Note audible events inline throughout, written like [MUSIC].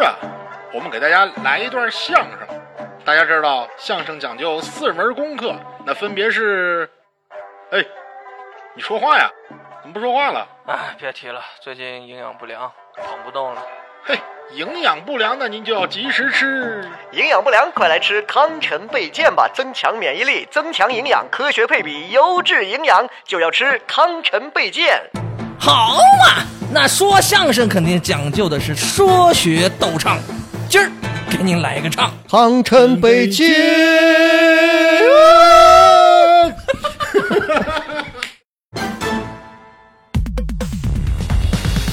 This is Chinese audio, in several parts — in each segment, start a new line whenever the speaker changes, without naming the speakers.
了，啊我们给大家来一段相声。大家知道，相声讲究四门功课，那分别是……哎，你说话呀？怎么不说话了？
哎，别提了，最近营养不良，跑不动了。
嘿，营养不良，那您就要及时吃。
营养不良，快来吃康臣倍健吧，增强免疫力，增强营养，科学配比，优质营养，就要吃康臣倍健。
好嘛，那说相声肯定讲究的是说学逗唱，今儿给您来个唱。
康臣倍健。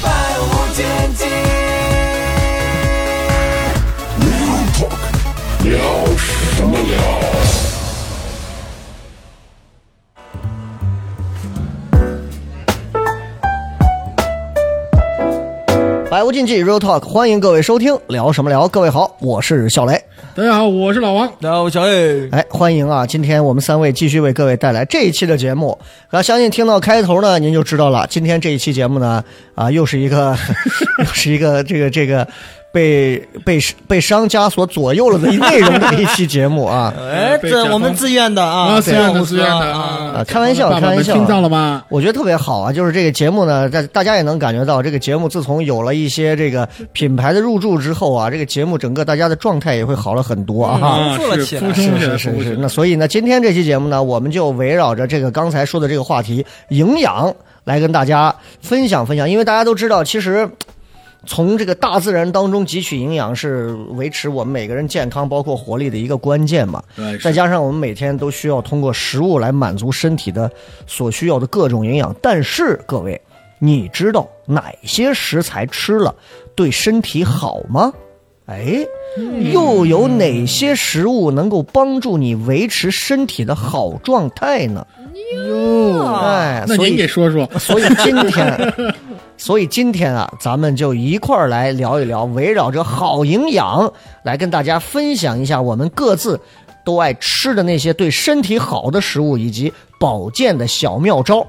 百无禁忌。
百无禁忌 Real Talk，欢迎各位收听，聊什么聊？各位好，我是笑雷。
大家好，我是老王。
那我小伟，
哎，欢迎啊！今天我们三位继续为各位带来这一期的节目。啊，相信听到开头呢，您就知道了，今天这一期节目呢，啊，又是一个， [LAUGHS] 又是一个这个这个被被被商家所左右了的一内容的一期节目啊。 [LAUGHS]
哎，
被甲
这
方
我们自愿的啊，
啊，自愿
对
的，自愿的
啊
啊开玩笑
爸爸
开玩
们
笑
听到了吗？
我觉得特别好啊，就是这个节目呢，大大家也能感觉到，这个节目自从有了一些这个品牌的入驻之后啊，这个节目整个大家的状态也会好了很多啊。
啊
啊
富了
是
起
扶
来
贫
是
起来
是
扶
是是，
贫
那所以呢，今天这期节目呢，我们就围绕着这个刚才说的这个话题——营养，来跟大家分享分享。因为大家都知道，其实从这个大自然当中汲取营养是维持我们每个人健康、包括活力的一个关键嘛。
对，
再加上我们每天都需要通过食物来满足身体的所需要的各种营养，但是各位，你知道哪些食材吃了对身体好吗？哎，又有哪些食物能够帮助你维持身体的好状态呢？
哟，
哎，
那
所
您
以
给说说，
所以今天， [LAUGHS] 所以今天啊，咱们就一块儿来聊一聊，围绕着好营养来跟大家分享一下我们各自都爱吃的那些对身体好的食物以及保健的小妙招。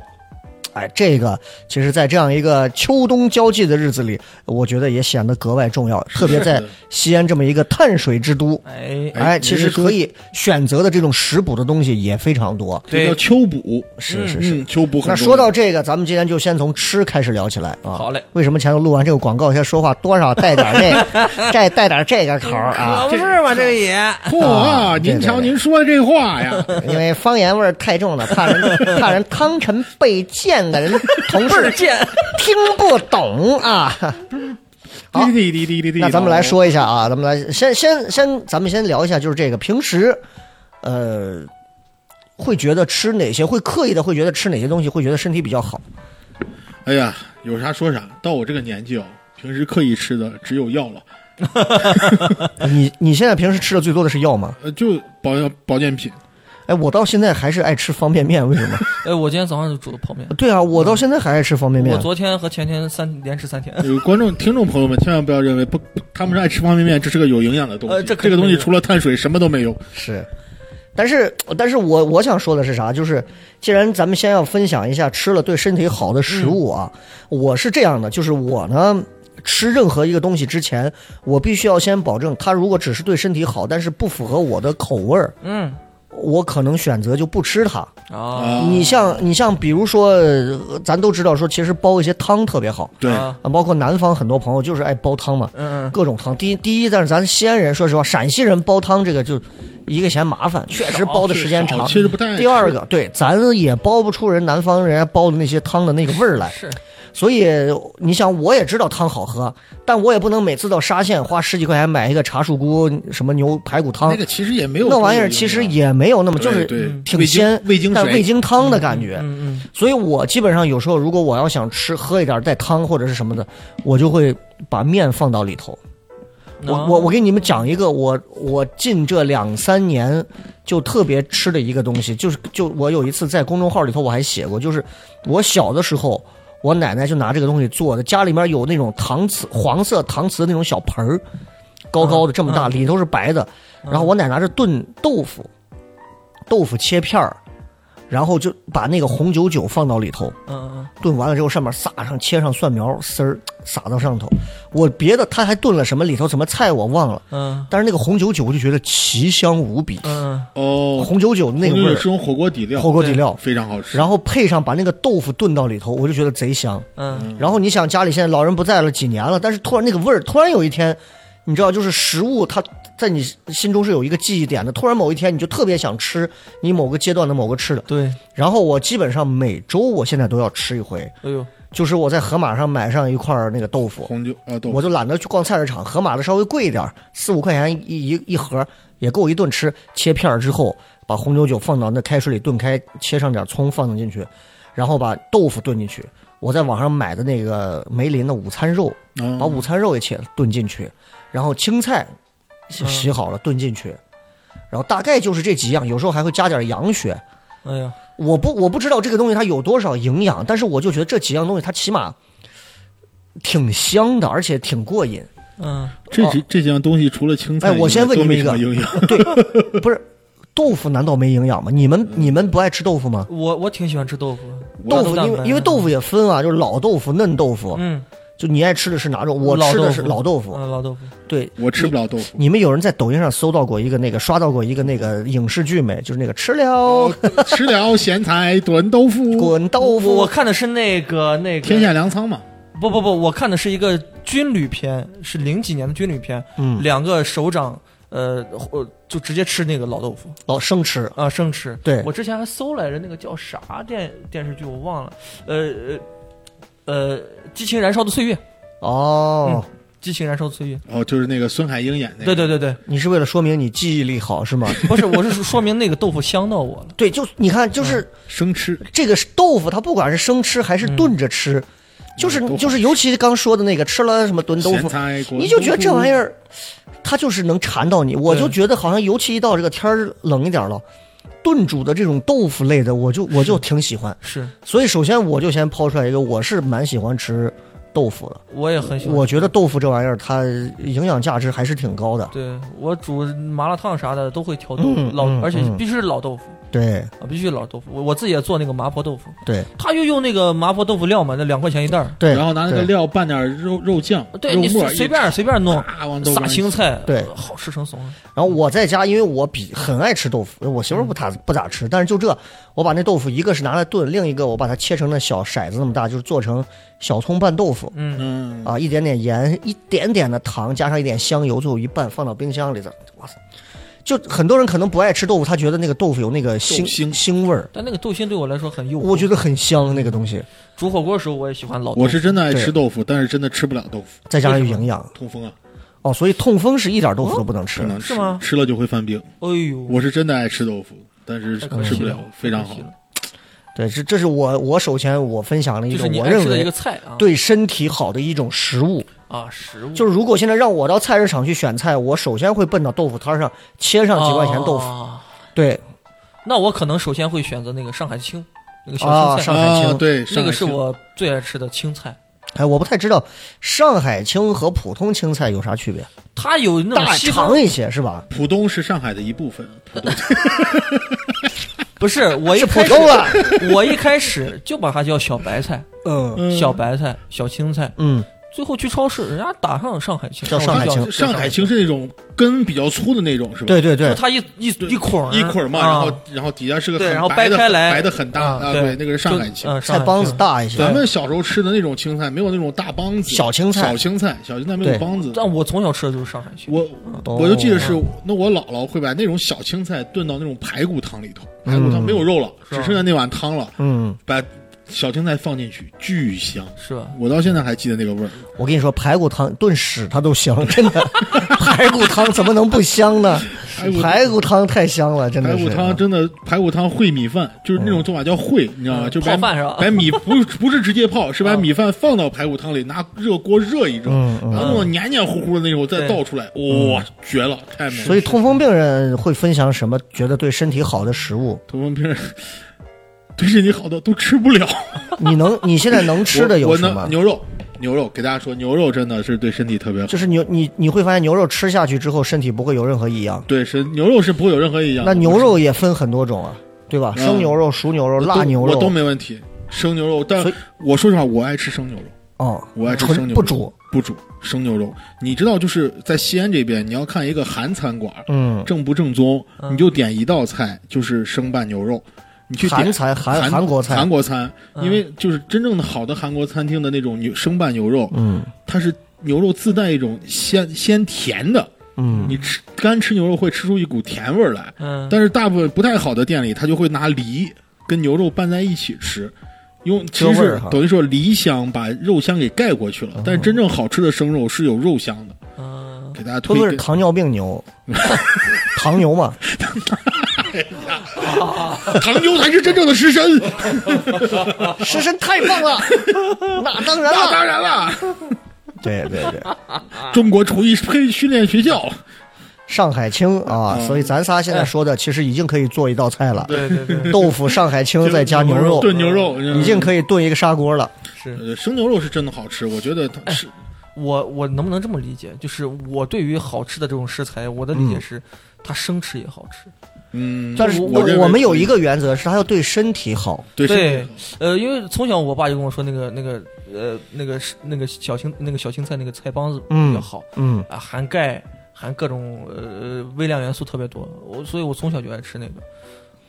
哎，这个其实，在这样一个秋冬交际的日子里，我觉得也显得格外重要，特别在西安这么一个碳水之都。
[LAUGHS] 哎，
哎，
哎
其实
您说
可以选择的这种食补的东西也非常多。
这叫
对，
秋补，
是是是，
嗯，秋补很重要。
那说到这个，咱们今天就先从吃开始聊起来啊。
好嘞
为什么前头录完这个广告，先说话多少带点
[LAUGHS]
这，带带点这个口儿啊
可？不是嘛，这个也
嚯、
啊对
您
对
瞧
对
您说的这话呀，
因为方言味儿太重了，怕
[LAUGHS]
人怕人汤臣倍健的人同
倍儿
事
贱。
听不懂
[LAUGHS]
啊。好
滴滴滴滴滴滴。哦
那咱们来，说一下啊，咱们来先先先，咱们先聊一下，就是这个平时，呃，会觉得吃哪些，会刻意的会觉得吃哪些东西，会觉得身体比较
[LAUGHS]
好。
哎呀，有啥说啥。到我这个年纪哦，平时刻意吃的只有药了，
你你现在平时吃的最多的是药吗？
呃，就保保健品。
哎，我到现在还是爱吃方便面，为什么？
哎，我今天早上就煮了泡面，
对啊，我到现在还爱吃方便面
嗯我。昨天和前天三连吃三天。
有观众、听众朋友们，千万不要认为不，他们是爱吃方便面，这是个有营养的东西。
呃这可
这个东西
没有
除了碳水什么都没有。
是，但是但是我我想说的是啥？就是既然咱们先要分享一下吃了对身体好的食物啊，
嗯
我是这样的，就是我呢。吃任何一个东西之前，我必须要先保证它如果只是对身体好，但是不符合我的口味儿，
嗯，
我可能选择就不吃它。
啊，
啊，
你像你像比如说，呃咱都知道说，其实煲一些汤特别好
对，
啊
啊，包括南方很多朋友就是爱煲汤嘛，
嗯，
各种汤。第一，第一，但是咱西安人，说实话，陕西人煲汤这个就一个嫌麻烦，确实煲的时间
少
长。
其实不太爱吃。
第二个，对，咱也煲不出人南方人家煲的那些汤的那个味儿来。
嗯是，
所以你想，我也知道汤好喝，但我也不能每次到沙县花十几块钱买一个茶树菇什么牛排骨汤
那，个其实也没有
那
多
玩意
有
儿
营
其实
养
也没有那么就
对
是嗯
对
挺
味精
鲜
味精
但
水
味精汤的感觉。
嗯嗯，
所以我基本上有时候，如果我要想吃喝一点带汤或者是什么的，我就会把面放到里头。我我我给你们讲一个我我近这两三年就特别吃的一个东西，就是就我有一次在公众号里头我还写过，就是我小的时候，我奶奶就拿这个东西做的，家里面有那种搪瓷黄色搪瓷的那种小盆儿，高高的这么大，里头是白的，然后我奶拿着炖豆腐，豆腐切片儿，然后就把那个红酒酒放到里头，
嗯
炖完了之后上面撒上切上蒜苗丝儿撒到上头。我别的他还炖了什么里头什么菜我忘了，
嗯
但是那个红酒酒我就觉得奇香无比，
嗯
哦，
红酒酒那个味
是
儿，
用火锅底料，
火锅底料，
非常好吃。
然后配上把那个豆腐炖到里头，我就觉得贼香。
嗯
然后你想家里现在老人不在了几年了，但是突然那个味儿，突然有一天，你知道，就是食物它在你心中是有一个记忆点的。突然某一天你就特别想吃你某个阶段的某个吃的。
对，
然后我基本上每周我现在都要吃一回，
哎呦，
就是我在盒马上买上一块儿那个豆腐，
红酒啊，豆
我
腐
就懒得去逛菜市场，盒马的稍微贵一点儿，四五块钱一一一盒也够一顿吃。切片儿之后，把红酒酒放到那开水里炖开，切上点葱放进去，然后把豆腐炖进去。我在网上买的那个梅林的午餐肉，
嗯
把午餐肉也切炖进去，然后青菜洗洗好了炖进去，然后大概就是这几样，有时候还会加点羊血。
哎呀，
我不我不知道这个东西它有多少营养，但是我就觉得这几样东西它起码挺香的，而且挺过瘾。
嗯
这几这几样东西除了青菜以
哦哎
外，
我先问你
都
们
没
一
什
个
么营养。
对，不是豆腐难道没营养吗？你们你们不爱吃豆腐吗？
我我挺喜欢吃豆腐，
豆
我
腐
都
因
蛋
为
白
因为豆腐也分啊，就是老豆腐、嫩豆腐。
嗯，
就你爱吃的是哪种？我
老
吃
豆
的
腐
是老豆腐。
嗯老豆腐，
对，
我吃不了豆
[LAUGHS]
腐，
你们有人在抖音上搜到过一个那个刷到过一个那个影视剧没？就是那个吃了
吃了咸菜炖豆腐，
滚豆
我我
腐。
看的是那个那个
天下粮仓嘛。
不不不，我看的是一个军旅片，是零几年的军旅片，
嗯，
两个首长，呃，呃就直接吃那个老豆腐
老生吃。
啊，生吃。
对
我之前还搜来着，那个叫啥电电视剧我忘了，呃呃呃，激情燃烧的岁月，
哦，
激情燃烧的岁月。
哦，就是那个孙海英演那个。
对对对对，
你是为了说明你记忆力好是吗？
不是，我是说明那个豆腐香到我了。
对，就你看，就是
生吃，
这个豆腐，它不管是生吃还是炖着吃，就是
嗯都
就是，尤其刚说的那个吃了什么炖豆
咸
腐，
菜滚豆腐，
你就觉得这玩意儿，它就是能馋到你。我就觉得好像，尤其一到这个天儿冷一点了，炖煮的这种豆腐类的，我就我就挺喜欢。
是，
所以首先我就先抛出来一个，我是蛮喜欢吃豆腐的。
我也很喜欢。
我觉得豆腐这玩意儿，它营养价值还是挺高的。
对我煮麻辣烫啥的都会调豆腐，
嗯
老、
嗯
而且
嗯
必须是老豆腐
对
啊，必须是老豆腐。我我自己也做那个麻婆豆腐，
对
他就用那个麻婆豆腐料嘛，那两块钱一袋儿。
对，
然后拿那个
对
料拌点肉肉酱、
对
肉
你
末，
随随便随便弄，
啊往豆腐
撒
上
青菜，
对
呃好吃成怂了。
然后我在家，因为我比很爱吃豆腐，我媳妇儿不咋不咋吃，但是就这，我把那豆腐一个是拿来炖，另一个我把它切成那小骰子那么大，就是做成小葱拌豆腐。
嗯，
嗯，
啊，一点点盐，一点点的糖，加上一点香油，最后一拌放到冰箱里头。哇塞！就很多人可能不爱吃豆腐，他觉得那个豆腐有那个腥
腥
腥味儿，
但那个豆腥对我来说很诱惑。
我觉得很香那个东西，
煮火锅的时候我也喜欢老豆腐。
我是真的爱
对
吃豆腐，但是真的吃不了豆腐，
再加上有营养
痛风啊，
哦，所以痛风是一点豆腐都不能吃。
不能吃
哦是吗
吃了就会犯病。
哎呦，
我是真的爱吃豆腐，但是
太可
吃
惜
不
了
了，非常
太
好
可惜。了
对，这这是我我首先我分享了一
就是
种
你
我
爱
认
吃的一个
为
菜啊。
对身体好的一种食物，
啊，食物
就是如果现在让我到菜市场去选菜，我首先会奔到豆腐摊上切上几块钱豆腐，
啊
对，
那我可能首先会选择那个上海青，那个
啊
小青
上
菜，
海
啊，
青
对，上
那
海
个是
青
我最爱吃的青菜。
哎，我不太知道上海青和普通青菜有啥区别，
它有那种
大
西方
长，一些是吧？
浦东是上海的一部分，浦东
不是
哎
我一
是普
开始
通了，
[LAUGHS]
[LAUGHS] 我一开始就把它叫小白菜、
嗯
小白菜、小青菜，
嗯，
最后去超市人家打上上海青，
叫上海青
我就叫
上海青是那种根比较粗的那种，是吧？
对对
就
对，
它一一
对，
一捆儿
一捆儿嘛，
啊
然后然后底下是个
对
很
然后
白的
掰开来
白的很大
啊
啊，
对
对，那个是上海
就
青。
嗯，
菜
上海
帮子
青。
大一些。
咱们小时候吃的那种青菜，没有那种大帮子，
小青菜
小青菜，小青菜没有
对
帮子。
但我从小吃的就是上海青，
我
哦
我就记得是，那我姥姥会把那种小青菜炖到那种排骨汤里头，排骨汤没有肉了，
是
只
吧
剩下那碗汤了，
嗯，
把小青菜放进去，巨香。
是吧？
我到现在还记得那个味儿，
我跟你说，排骨汤炖屎它都香，真的， [LAUGHS] 排骨汤怎么能不香呢？
排骨
排骨汤太香了，真
排
的是。啊
骨汤真的，排骨汤烩米饭，就是那种做法叫烩，你知道吗？
嗯
就把
泡饭是吧
把米不是不是直接泡，是把
嗯
米饭放到排骨汤里，拿热锅热一热，
嗯嗯
然后弄得黏黏糊糊的那种，再
对
倒出来，哇，绝了，太美了。
所以痛风病人会分享什么觉得对身体好的食物？
头风病人对身体好的都吃不了。
你能你现在能 [LAUGHS] 吃的
我
有
我
什
能
么？
牛肉，牛肉给大家说，牛肉真的是对身体特别好。
就是牛你你会发现牛肉吃下去之后身体不会有任何异样。
对，是牛肉是不会有任何异样的。
那牛肉也分很多种啊，对吧？
嗯
生牛肉、熟牛肉、
我
辣
都
牛
我都
肉，
没问题。生牛肉，但
所以
我说实话，我爱吃生牛肉，
哦，
我爱吃生
纯
牛肉，
不煮，
不煮生牛肉。你知道，就是在西安这边，你要看一个韩餐馆
嗯，
正不正宗，
嗯
你就点一道菜，就是生拌牛肉。你去
韩
点
餐韩
韩
韩国菜
韩，国餐，
嗯
因为就是真正的好的韩国餐厅的那种牛生拌牛肉，
嗯
它是牛肉自带一种鲜鲜甜的，
嗯，
你吃干吃牛肉会吃出一股甜味儿来。
嗯，
但是大部分不太好的店里，他就会拿梨跟牛肉拌在一起吃，用其实
遮味
是
儿哈哦
等于说梨香把肉香给盖过去了。但是真正好吃的生肉是有肉香的，
嗯
给大家
会
推
不会是
荐。
糖尿病
[LAUGHS]
牛？糖牛嘛，
糖牛才是真正的食
[LAUGHS]
神，
食神太棒 [LAUGHS] 了，那当然
那
了，
当然了，
对对对，
中国厨艺培训练学校。
上海青啊，
嗯
所以咱仨现在说的其实已经可以做一道菜了，
对对对，
豆腐上海青再加牛肉，
炖牛肉
已经可以炖一个砂锅了。
是
呃，生牛肉是真的好吃，我觉得它
哎
是
我我能不能这么理解？就是我对于好吃的这种食材，我的理解是，它生吃也好吃。
嗯，
但是
我认为
我们有一个原则是，它要对身体好。
对
对
是
呃，因为从小我爸就跟我说，那个那个呃那个是那个小青那个小青菜那个菜帮子比较好
嗯
啊，含钙含各种呃微量元素特别多，我所以我从小就爱吃那个。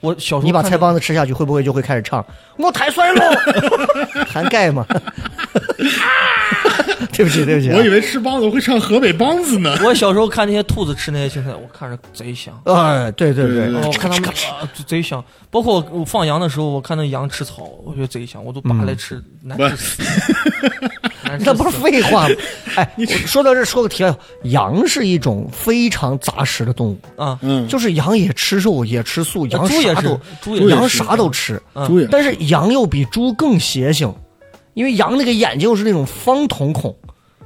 我小时候
你把
看
菜
那
帮子吃下去，会不会就会开始唱“我太帅了”，含钙嘛？对不起，对不起啊、
我以为吃梆子会唱河北梆子呢。
[LAUGHS] 我小时候看那些兔子吃那些青菜，我看着贼香。
哎，对对对，
对
我看他们啊，贼香。包括我放羊的时候，我看那羊吃草，我觉得贼香，我都
嗯
拔来吃，难
不
吃死了。难吃
那不是
死了
废话吗？哎，我说到这儿说个题外话，羊是一种非常杂食的动物，
啊？
嗯，
就是羊也吃肉，也吃素，羊
猪也
啥
是
都，
猪
猪也
也
羊
是
啥都吃，
猪也
嗯但是羊又比猪更邪性，因为羊那个眼睛是那种方瞳孔，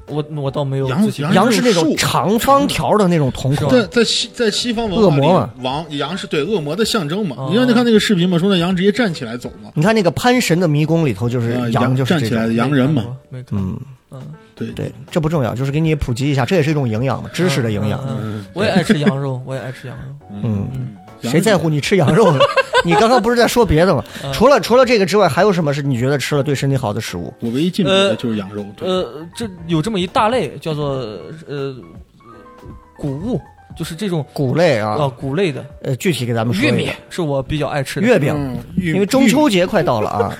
我我倒没有
羊
自己
羊
羊是那种
树
长方条的那种瞳孔。
在在西在西方文化里，
恶魔嘛
王羊是对恶魔的象征嘛？
哦
你让你看那个视频嘛，说那羊直接站起来走嘛，
你看那个《潘神的迷宫》里头，就是
呃
羊就是
站
这
起来的
种。
羊人嘛，，
没看过没看过
嗯，
嗯，
对，
对，这不重要，就是给你普及一下，这也是一种营养嘛，知识的营养。
嗯。嗯我也爱吃羊肉，我也爱吃羊肉。
嗯，
羊
谁在乎你吃羊肉呢？你刚刚不是在说别的吗？除了除了这个之外，还有什么是你觉得吃了对身体好的食物？
我唯一进补的就是羊肉，对，
呃，这有这么一大类叫做呃谷物，就是这种
谷类
啊
啊，
谷类的
呃，具体给咱们说
玉
一
米
下。
是我比较爱吃的。
月饼，
嗯玉
因为中秋节快到了啊，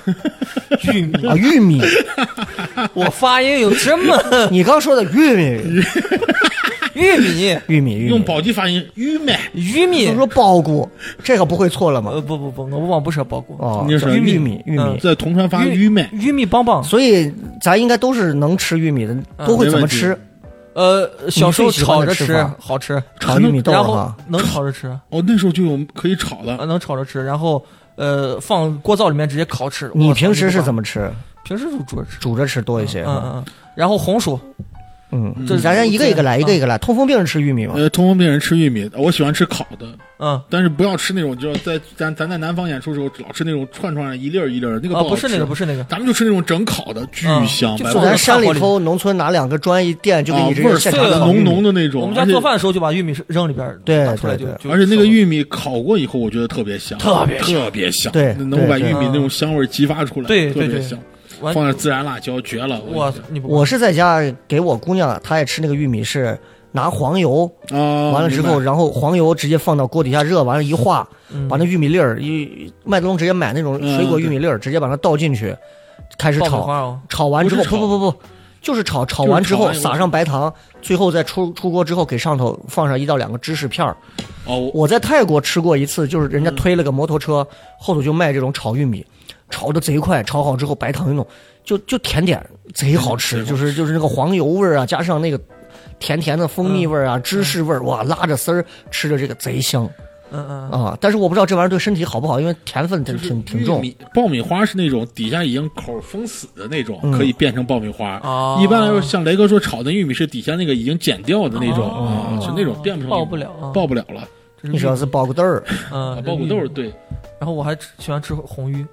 玉米啊，玉米，
我发音有这么
你刚说的玉米，
玉米
玉米，
玉
玉
用
米，
宝鸡发音玉米，
玉
[LAUGHS]
米
他。说包谷，这个不会错了吗
呃，？不不不，我往不呃是包谷。
哦，
你
叫
说
玉米，玉
嗯
米，
在铜川发玉米，
玉米棒棒，
所以咱应该都是能吃玉米的，都会怎么吃？
呃，小时候炒着
你最喜
吃
欢的吃法
好吃，
炒玉米豆
然
儿
后
哈，
能炒着吃啊，
哦，那时候就有可以炒
嗯
的，
能炒着吃，然后呃放锅灶里面直接烤吃。
你平时是怎
么？
么吃？
平时就煮着吃。
煮着吃多一些
嗯。嗯嗯，然后红薯，
嗯，
这
咱先一个一个来，一个一个来。痛风病人吃玉米吗？
嗯呃，痛风病人吃玉米，我喜欢吃烤的，
嗯，
但是不要吃那种，就是在咱咱在南方演出时候老吃那种串串一粒儿一粒儿，那个
哦
啊
好
不是那个不
是，
是那个，
咱们就吃那种整烤的，巨
嗯
香，
就
白
就
放
白
咱
在
山里
大锅
头，农村拿两个砖一垫，就给
啊
你这
味
个
儿
现
散
场
的
烤
浓
玉米
浓的那种，
我们家
而且
做饭的时候就把玉米扔里边儿，
对
拿出来就
对对
就。
而且那个
就
玉米烤过以后，我觉得特别香，
特别
特别香，
对
能够把
对
玉米
对
那种香味儿激发出来，
对
特
对
别
对
香。
完
放点孜然辣椒，绝了！
我
跟
你不
我是在家给我姑娘，她爱吃那个玉米，是拿黄油，
你讲啊，
完了之后，
明白
然后黄油直接放到锅底下热，完了一化，
嗯
把那玉米粒儿，一麦德龙直接买那种水果
嗯
玉米粒儿，直接把它倒进去，开始
爆米
炒，
花哦，
炒完之
不
后，
是
不
炒
不不不，就是炒，炒
就是
完之
炒
后
完以后
撒上白糖，最后再出出锅之后给上头放上一到两个芝士片儿。
哦，我
我在泰国吃过一次，就是人家推了个摩托车，后头就卖这种炒玉米，炒的贼快，炒好之后白糖一弄，就就甜点儿贼好吃，
嗯
就是就是那个黄油味儿啊，加上那个甜甜的蜂蜜味儿啊、芝士味儿，哇，拉着丝儿吃着这个贼香
嗯嗯嗯，
啊！但是我不知道这玩意儿对身体好不好，因为甜分挺
就是
挺挺
玉
重。
米爆米花是那种底下已经口封死的那种，
嗯
可以变成爆米花。
哦
一般来说，像雷哥说炒的玉米是底下那个已经剪掉的那种啊，
哦
是那种变不成玉米
爆不了啊
爆不了了。
这
你只要是
玉米
包个豆儿，
啊
嗯
爆谷豆
这
儿
玉米
对
然后我还吃喜欢吃红鱼，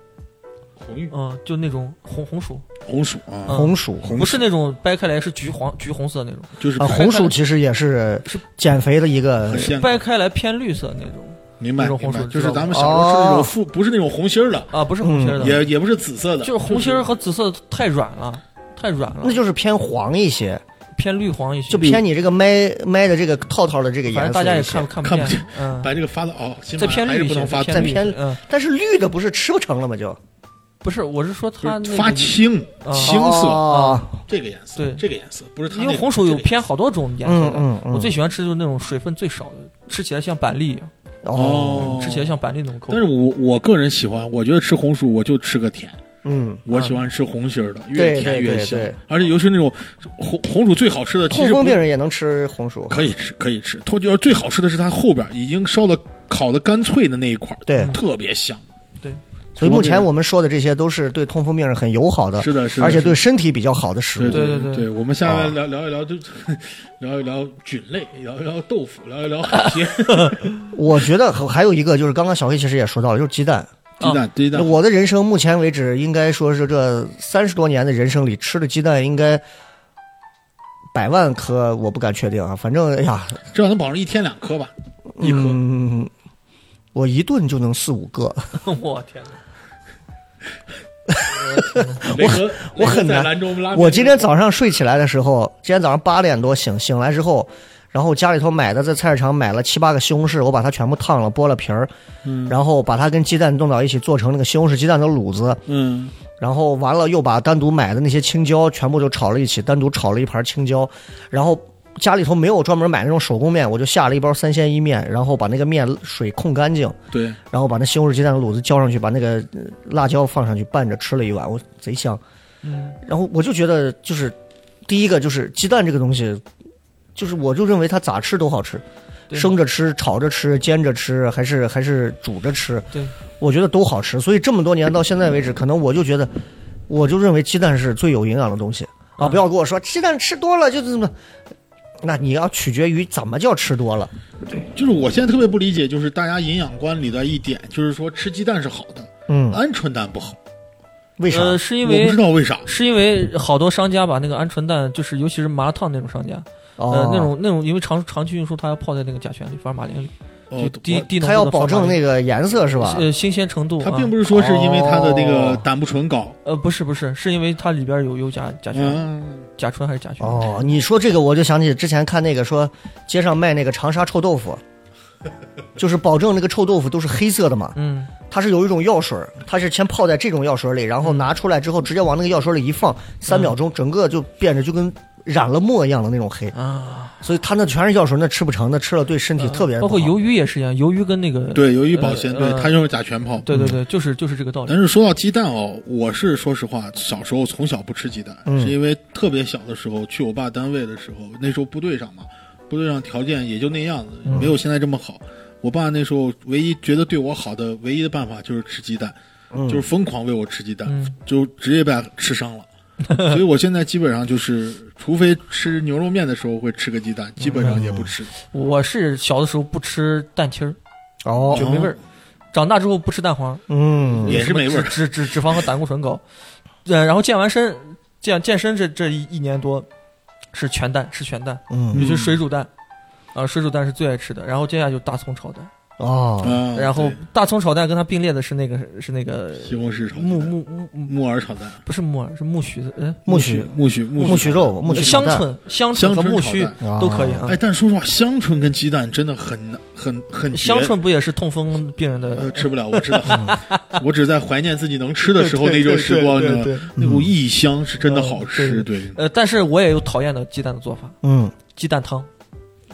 红玉
嗯，就那种红红薯，
红薯啊，
嗯
红薯
红
不是那种掰开来是橘黄橘红色那种，
啊
就是
啊，红薯其实也是
是
减肥的一个
很。鲜
掰开来偏绿色那种。
明白
那种
明
红
白，
薯
就
知
是
道
咱
吗
们小时候吃那种
哦
富，不是那种红心儿的，
啊，不是红心儿的，
嗯也也不是紫色的，
就是红心儿和紫色太软了，太软了
那，就是偏黄一些，
偏绿黄一些，
就偏你这个麦麦的这个套套的这个颜
反
色。
正大家也看。看
看不
见，嗯，
把这个发到哦，起码
再偏
还是
绿一
不
些，
能发
再
偏绿一
偏
些，嗯，
但是绿的不是吃不成了吗？就
不是，我是说它
不
那
是
个
发青
啊
青色啊
哦
这个颜色，
对
这个颜色不是它那
因
个
为红薯
这
有
个
偏好多种颜色的，
嗯嗯嗯
我最喜欢吃就是那种水分最少的，吃起来像板栗一样，
哦，
哦，
嗯吃起来像板栗那种口
但
感。
是我我个人喜欢，我觉得吃红薯我就吃个甜，
嗯，
我喜欢吃红心儿的，越
对
甜
对
越
对
香
对，
而且尤其是那种红红薯最好吃的，其
痛
实
风
不
病人也能吃红薯。
可以吃可以吃，脱觉最好吃的是它后边已经烧的烤的干脆的那一块儿，
对
特别香。
所以目前我们说的这些都是对痛风病人很友好的，
是的是的
而且
是的
对身体比较好的食
对
物。
对
对
对
对
我们下来
啊
聊聊一聊，就聊一聊菌类，聊一聊豆腐，聊一聊海鲜，
我觉得还还有一个就是刚刚小黑其实也说到了，就是鸡蛋。
[LAUGHS] 鸡蛋鸡蛋。
啊我的人生目前为止，应该说是这三十多年的人生里，吃的鸡蛋应该百万颗，我不敢确定啊。反正哎呀，
至少能保证一天两颗吧，一颗。
嗯，我一顿就能四五个。
我天哪！
雷哥，
我很
雷哥在
难
兰州拉面
我今天早上睡起来的时候，今天早上八点多醒，醒来之后，然后家里头买的在菜市场买了七八个西红柿，我把它全部烫了，剥了皮儿，然后把它跟鸡蛋弄到一起，做成那个西红柿鸡蛋的卤子，
嗯，
然后完了又把单独买的那些青椒全部都炒了一起，单独炒了一盘青椒，然后家里头没有专门买那种手工面，我就下了一包三鲜一面，然后把那个面水控干净，
对，
然后把那西红柿鸡蛋的卤子浇上去，把那个呃辣椒放上去拌着吃了一碗，我贼香。
嗯，
然后我就觉得就是第一个就是鸡蛋这个东西，就是我就认为它咋吃都好吃，
对
生着吃、炒着吃、煎着吃，还是还是煮着吃，
对，
我觉得都好吃。所以这么多年到现在为止，可能我就觉得，我就认为鸡蛋是最有营养的东西啊！
嗯
不要跟我说鸡蛋吃多了就是怎么。那你要取决于怎么叫吃多了，
就是我现在特别不理解，就是大家营养观里的一点，就是说吃鸡蛋是好的，
嗯，
鹌鹑蛋不好，
为啥？
呃，是因
我不
为
知道为啥。
是因为好多商家把那个鹌鹑蛋，就是尤其是麻辣烫那种商家，呃
哦，，
那种那种因为长长期运输，它要泡在那个甲醛里、福尔马林里，
哦
就，低
我
低浓
它要
度的福尔
保证
马
那
林
个颜色是吧？
呃新鲜程度。
它
啊
并不是说是因为它的那个
哦
胆固醇高，
呃不是不是，是因为它里边有有甲甲醛、
嗯，
甲醇还是甲醛？
哦，你说这个我就想起之前看那个说街上卖那个长沙臭豆
[LAUGHS]
腐，就是保证那个臭豆腐都是黑色的嘛，
嗯，
它是有一种药水儿，它是先泡在这种药水儿里，然后拿出来之后直接往那个药水儿里一放，三秒
嗯
钟整个就变得就跟染了墨一样的那种黑，
啊，
所以它那全是药水儿，那吃不成，那吃了对身体特别不
嗯包
好。
括鱿鱼也是一样，鱿鱼跟那个
对，由于保鲜，
呃
对它用甲醛泡。
对对
嗯
对，就是就是这个道理
但。是说到鸡蛋哦，我是说实话，小时候从小不吃鸡蛋，
嗯
是因为特别小的时候去我爸单位的时候，那时候部队上嘛，部队上条件也就那样子，
嗯
没有现在这么好。我爸那时候唯一觉得对我好的唯一的办法就是吃鸡蛋，
嗯
就是疯狂喂我吃鸡蛋，
嗯
就直接把吃伤了。所以我现在基本上就是，除非吃牛肉面的时候会吃个鸡蛋，基本上也不
哦
吃。
我是小的时候不吃蛋清儿，
哦，
就没味儿。长大之后不吃蛋黄，
嗯，
也是没味儿
脂脂脂肪和胆固醇高。呃，然后健完身，健健身这这一一年多是全蛋，吃全蛋，
嗯
尤其是水煮蛋，啊、水煮蛋是最爱吃的。然后接下来就大葱炒蛋，
哦，
啊，
然后
对
大葱炒蛋跟它并列的是那个是那个
西红柿炒蛋
木木木木
木耳炒蛋，
不是木耳是木须，嗯，
木须、
木须木
木须肉、木须
香
蛋
椿香
香
椿和
椿
木
炒
须
蛋
都可以啊。
哎，但说实话，香椿跟鸡蛋真的很很很绝
香椿不也是痛风病人
呃
的？
吃不了，我知道，
嗯
[LAUGHS] 我只是在怀念自己能吃的时候那
对对
种时光，
对对
真的那股异香是真的好吃，
嗯
对，
呃，但是我也有讨厌的鸡蛋的做法，
嗯，
鸡蛋汤，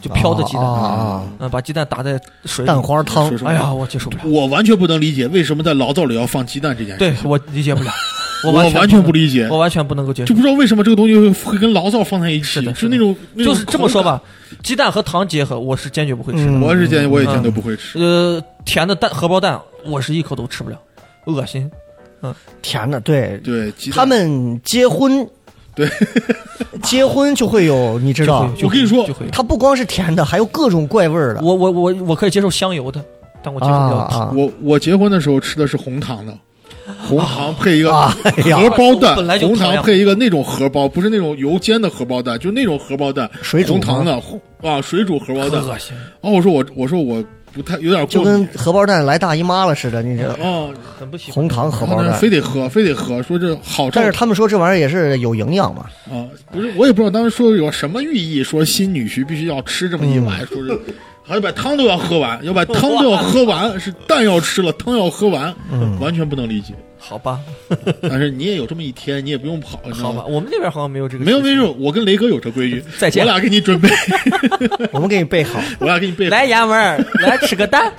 就飘的鸡蛋，
啊啊
啊
啊
把鸡蛋打在水里
蛋，花汤
说，实话
哎呀，，我接受不了，
我完全不能理解为什么在醪糟里要放鸡蛋这件事，
对我理解不
[LAUGHS]
了，
我
完
完
全
全不理解
能，我，完全不能够接受
就。不知道为什么这个东西会跟醪糟放在一
是
起，
的
就是嗯
的
那种
就是这么说，
那种口
吧，嗯鸡蛋和糖结合，我是坚决不会吃
感
的。
我之前我也真的不会吃，
呃，甜的蛋荷包蛋，我是一口都吃不了，恶心。
甜的，对，
对，鸡蛋
他们结婚，
对，
[LAUGHS] 结婚就会有，你知道，
就会
我跟你说
就会
它不光是甜的，还有各种怪味儿的。
我我我我可以接受香油的，但我接受不了
啊
糖。
啊！
我我结婚的时候吃的是红糖的，红糖配一个
啊哎呀
荷包蛋，
我本来就
红
讨
糖
厌
配一个那种荷包，不是那种油煎的荷包蛋，就那种荷包蛋，
水煮
红糖的红啊，水煮荷包蛋。
恶心，
哦，我说我我说我不太有点
就
过
跟
敏。
荷包蛋来大姨妈了似的，你这
哦，
很不喜欢。
红糖荷
然后
包
呢，[LAUGHS]
蛋
非。得喝，非得喝，说这好照
但是他们说这玩意儿也是有营养嘛，
啊，不是，我也不知道当时说有什么寓意，说新女婿必须要吃这么一
嗯
碗，说是好像把汤都要喝完，要把汤都要喝完，是蛋要吃了，汤要喝完，
嗯
完全不能理解。
好吧，
但是你也有这么一天，你也不用跑，你知道
好吧，
吗？
我们这边好像没有这个习
没
俗。
有没有，我跟雷哥有这规矩，
再见
我俩给你准备，
我们给你备好。
我俩给你备。
来，衙门儿，来吃个蛋。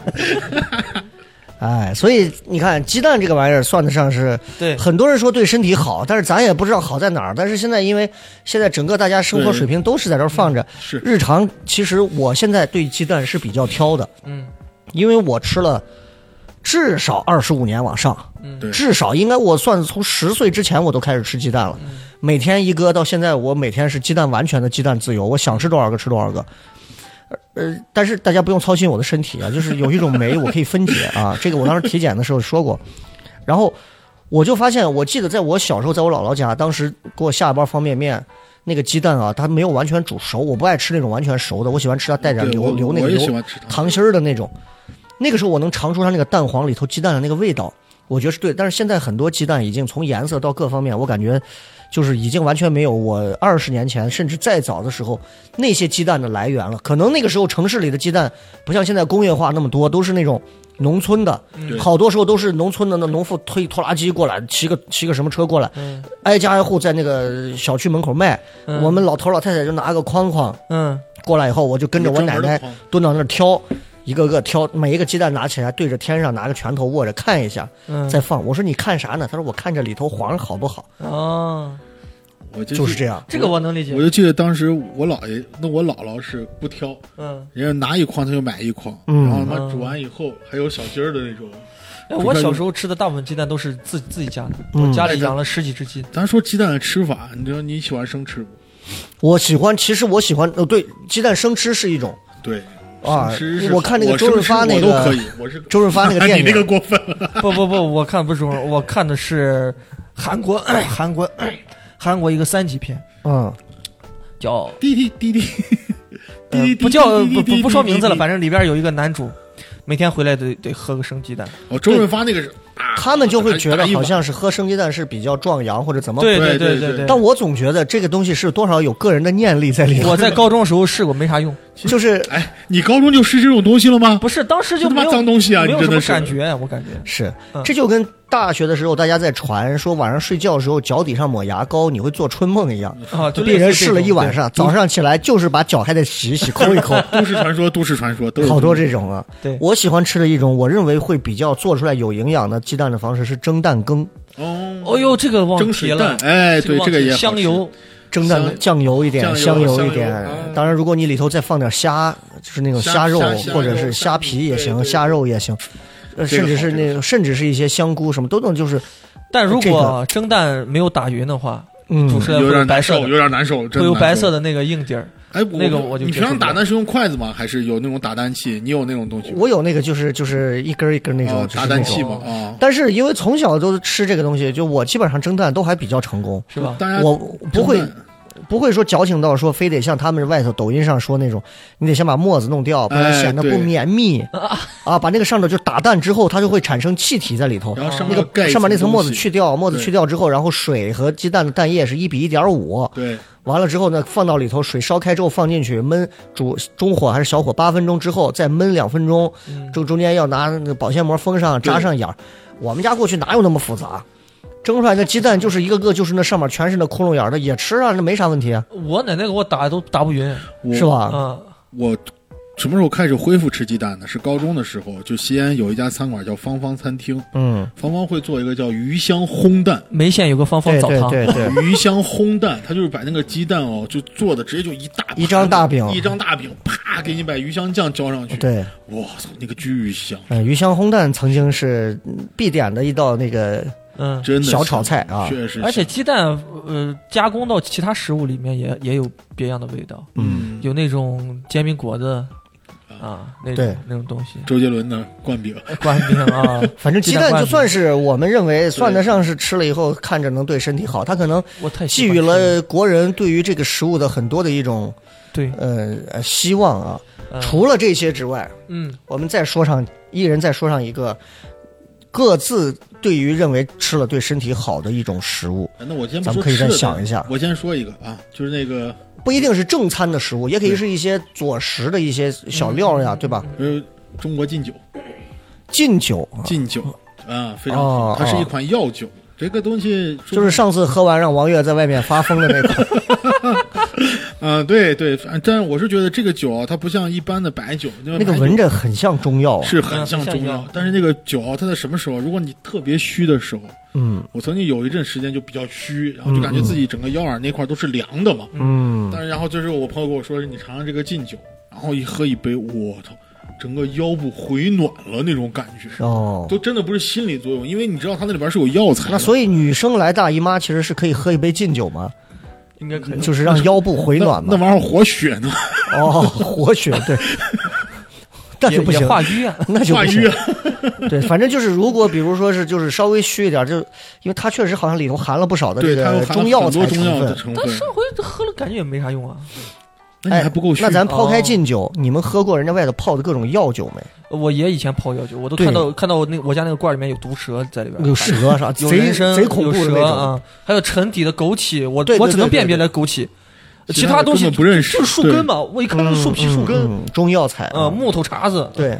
哎，所以你看，鸡蛋这个玩意儿算得上是，
对
很多人说对身体好，但是咱也不知道好在哪儿。但是现在因为现在整个大家生活
对
水平都是在这儿
嗯
放着，
是
日常。其实我现在对鸡蛋是比较挑的，
嗯，
因为我吃了至少二十五年往上，
嗯
对
至少应该我算从十岁之前我都开始吃鸡蛋
嗯
了，每天一个，到现在我每天是鸡蛋完全的鸡蛋自由，我想吃多少个吃多少个。呃，但是大家不用操心我的身体啊， [LAUGHS] 就是有一种酶我可以分解啊， [LAUGHS] 这个我当时体检的时候说过，然后我就发现，我记得在我小时候，在我姥姥家，当时给我下一包方便面。那个鸡蛋啊，它没有完全煮熟，我不爱吃那种完全熟的，我喜欢吃它带点
对
留
我
留那
我
个
也
油
喜欢吃糖
糖心儿的那种。那个时候我能尝出它那个蛋黄里头鸡蛋的那个味道，我觉得是对。但是现在很多鸡蛋已经从颜色到各方面，我感觉就是已经完全没有我二十年前甚至再早的时候那些鸡蛋的来源了。可能那个时候城市里的鸡蛋不像现在工业化那么多，都是那种农村的，
嗯
对
好多时候都是农村的那农妇推拖拉机过来，骑个骑个什么车过来，
嗯
挨家挨户在那个小区门口卖。
嗯
我们老头老太太就拿个筐筐
嗯，
过来以后，我就跟着我奶奶
有专门的筐
蹲到那儿挑，一个个挑，每一个鸡蛋拿起来对着天上拿个拳头握着看一下，
嗯
再放。我说你看啥呢？他说我看着里头黄好不好，
哦，
我就
就是这。样。
这个我能理解
我。就记得当时我姥爷，那我姥姥是不挑，
嗯，
人家拿一筐他就买一筐，
嗯
然后他妈煮完以后还有小鸡儿的那种。
哎我小时候吃的大部分鸡蛋都是自自己家的，
嗯
我家里养了十几只鸡。
咱说鸡蛋的吃法，你知道你喜欢生吃不？
我喜欢，其实我喜欢，呃，对，鸡蛋生吃是一种。
对
啊
生吃是
我看那个
生
周润发
吃
那
我
个
都可以，我是
周润发那个
[LAUGHS]
电
你那个
影，
过分了。
不不不，我看不是中国，我看的是韩国 [CLEARS THROAT] 韩国韩国一个三级片，
嗯，
叫呃
滴滴滴滴
呃
滴滴，
不叫不不不说名字了，反
正
正里边有一个男主，每天回来得得喝个生鸡蛋。
哦，周润发那个是啊
他们就会觉得好像是喝生鸡蛋是比较壮阳或者怎么。
对
对
对
对对
但我总觉得这个东西是多少有个人的念力在里头，
我在高中时候试过，没啥用。
[LAUGHS]
[LAUGHS]
就是
哎，你高中就吃这种东西了吗？
不是，当时就
这他妈
没有
脏东西啊
没有
你
什
真的
么
是
感觉，我感觉。
是
嗯，
这就跟大学的时候大家在传说晚上睡觉的时候脚底上抹牙膏你会做春梦一样，
啊，就类似
被人
这
试了
种
一晚。上，早上起来就是把脚还得洗一洗、
[LAUGHS]
抠一抠，
都市传说，都市传说，都是
好多这种啊。
对
我喜欢吃的一种，我认为会比较做出来有营养的鸡蛋的方式是蒸蛋羹，
哦，
哎
哦呦，这个忘
蒸
提
水蛋，，
了
哎，对，
忘
这个
提
也好吃
香油，
蒸蛋
香
酱油一点，
酱
香
油
一
香
点
油嗯。
当然，如果你里头再放点虾，就是那种
虾
肉
虾虾
或者是
肉
虾皮也
对
行，
对
虾肉也行，呃
这个
甚至是
好这个
那种甚至是一些香菇什么都能就是
但如
这
果蒸蛋没有打匀的话，
嗯
煮出来会
有点
白
难
色
受，
的，
有点难受，真
会有
难
白
受
色。的那个硬底儿。
哎，
那个我就
你
接
平常
受不
打
了
蛋是用筷子吗？还是有那种打蛋器？你有那种东西吗？
我有那个就是就是一根儿一根儿那种
啊
就是
打
那
蛋
种
器嘛啊，
但是因为从小都吃这个东西，就我基本上蒸蛋都还比较成功，
是吧？
当然
我不会
蒸蛋
不会说矫情到说非得像他们外头抖音上说那种，你得先把沫子弄掉，不然
哎
显得不
对 [LAUGHS]
绵密、啊。把那个上头就打蛋之后，它就会产生气体在里头，
然后上
那
面
个
盖一
上面那层
东
沫子
西
去掉，沫子
对
去掉之后，然后水和鸡蛋的蛋液是一比一点五，
对，
完了之后呢，放到里头，水烧开之后放进去焖，煮中火还是小火八分钟之后再焖两分钟，
嗯
中中间要拿那个保鲜膜封上，扎上眼儿。我们家过去哪有那么复杂？蒸出来的鸡蛋就是一个个就是那上面全是那窟窿眼儿的，也吃啊，那没啥问题啊，
我奶奶给我打都打不匀
我
是吧？
嗯
啊，
我什么时候开始恢复吃鸡蛋的？是高中的时候，就西安有一家餐馆叫芳芳餐厅，
嗯，
芳芳会做一个叫鱼香烘蛋。
眉县有个方方
对
澡
对
堂，
对对，
鱼香烘蛋，它就是把那个鸡蛋哦，就做的直接就一大盘
一张大饼
一张大饼，啪给你把鱼香酱浇上
[LAUGHS]
去。，
对，
我操，那个巨香，
呃，鱼香烘蛋曾经是嗯必点的一道那个，
嗯，
真的
小
香
炒菜啊
确实。
而且，鸡蛋呃加工到其他食物里面也也有别样的味道，
嗯，
嗯，
有那种煎饼果子，
啊
啊，那
对
种那种东西，
周杰伦的灌饼，
灌饼啊，
反嗯正鸡
鸡蛋
蛋
灌
就
饼
算是我们认为算得上是吃了以后看着能对身体好，它可能
我太
寄
喜欢
予
吃
了国人对于这个食物的很多的一种
对，
呃呃希望啊。
嗯
除了这些之外，
嗯
我们再说上一人再说上一个各自对于认为吃了对身体好的一种食物，
那我先不
咱
说
们可以
吃
再
的
想一下
我先说一个啊，就是那个
不一定是正餐的食物，也可以是一些佐食的一些小料呀，对吧？
呃中国禁酒，
敬酒啊
禁酒啊非常好
哦，
它是一
哦
款药酒，这个东西
就是上次喝完让王悦在外面发疯的
[LAUGHS]
那个，
啊对对，反正但是我是觉得这个酒啊，它不像一般的白酒，那
那个闻着很像中药啊。
是很
嗯
像
像
中
药
药，但是那个酒啊，它在什么时候？如果你特别虚的时候，
嗯
我曾经有一阵时间就比较虚，然后就感觉自己整个腰眼那块都是凉的嘛。
嗯，
但是然后就是我朋友跟我说，你尝尝这个劲酒，然后一喝一杯，我操，整个腰部回暖了那种感觉，
哦，
都真的不是心理作用，因为你知道它那里边是有药材的。
那所以女生来大姨妈其实是可以喝一杯敬酒嘛，
应该可以。
就是让腰部回
那
暖
[LAUGHS] 那
嘛。
玩意儿活血呢，
哦，活血
[LAUGHS]
对，那
也
就不
也
行，
化瘀啊，
[LAUGHS] 那就
化
不
瘀
行
啊。。
[LAUGHS] 对，反正就是如果比如说是就是稍微虚一点，就因为它确实好像里头含了不少的这
对，它有
个
含了
药
很多
材
中
成
药的
分。
成分
但。上回喝了感觉也没啥用啊。
那你还不够虚。
哎那咱抛开
哦
敬酒，你们喝过人家外头泡的各种药酒没？
我爷以前泡药酒，我都
对
看到看到我那我家那个罐里面有毒蛇在里边，
有蛇啥，
有
贼
人参
贼恐怖
有
的
蛇
那种。
啊，还有沉底的枸杞，我
对对
我只能
对对
辨别
对
来枸杞，
其他
他
的
东西
根本不认识
就是树
对
根嘛，我一看就是树皮、树根，
嗯，中药材
呃，木头茬子
对，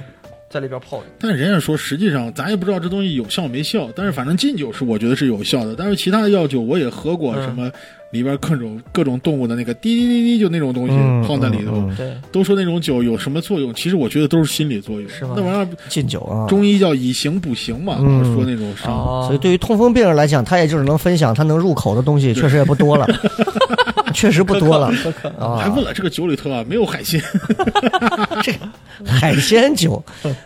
在里边泡着。
但人家说，实际上咱也不知道这东西有效没效，但是反正禁酒是我觉得是有效的。但是其他的药酒我也喝过，
嗯
什么里边各种各种动物的那个滴滴滴滴就那种东西
嗯
泡在里头，
嗯嗯
对，
都说那种酒有什么作用，其实我觉得都是心理作用。
是吗
那玩意儿
敬酒啊。
中医叫以形补形嘛，
嗯
说那种伤。
哦，
所以对于痛风病人来讲，他也就是能分享他能入口的东西，确实也不多了，
[LAUGHS]
确实不多了啊。
还问了这个酒里头啊没有海鲜， [LAUGHS]
海鲜酒，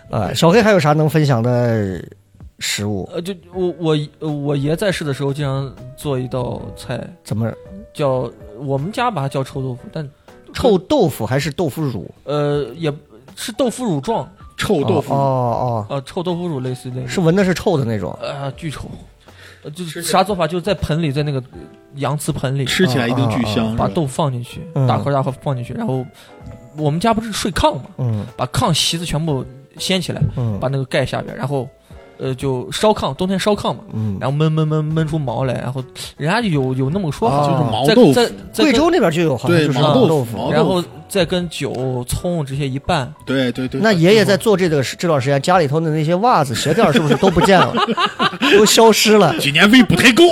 啊，小黑还有啥能分享的食物？
呃，就我我呃我爷在世的时候，经常做一道菜，
怎么
叫我们家把它叫臭豆腐，但
臭豆腐还是豆腐乳？
呃也是豆腐乳状，
臭豆腐。
哦哦
呃，臭豆腐乳类似于那
哦，
个，
是闻的是臭的那种。
呃巨臭，呃就是
吃起来
啥做法，就是在盆里，在那个呃洋瓷盆里
吃起来一定巨
哦
香，
把
是吧
豆腐放进去，
嗯
大块大块放进去，然后我们家不是睡炕嘛，
嗯
把炕席子全部掀起来，
嗯
把那个盖下边，然后呃就烧炕，冬天烧炕嘛，
嗯。
然后焖焖焖焿出毛来，然后人家有有那么个说法，
啊
就是毛
在
豆
在
腐，
在
贵
跟
州那边就有，好像
对
就是
毛
毛
豆
豆
腐
腐。
毛豆腐
然后再跟酒、葱这些一拌，
对对对。
那爷爷在做这个这段时间，家里头的那些袜子、鞋垫儿是不是都不见了， [LAUGHS] 都消失了？
几年胃不太够，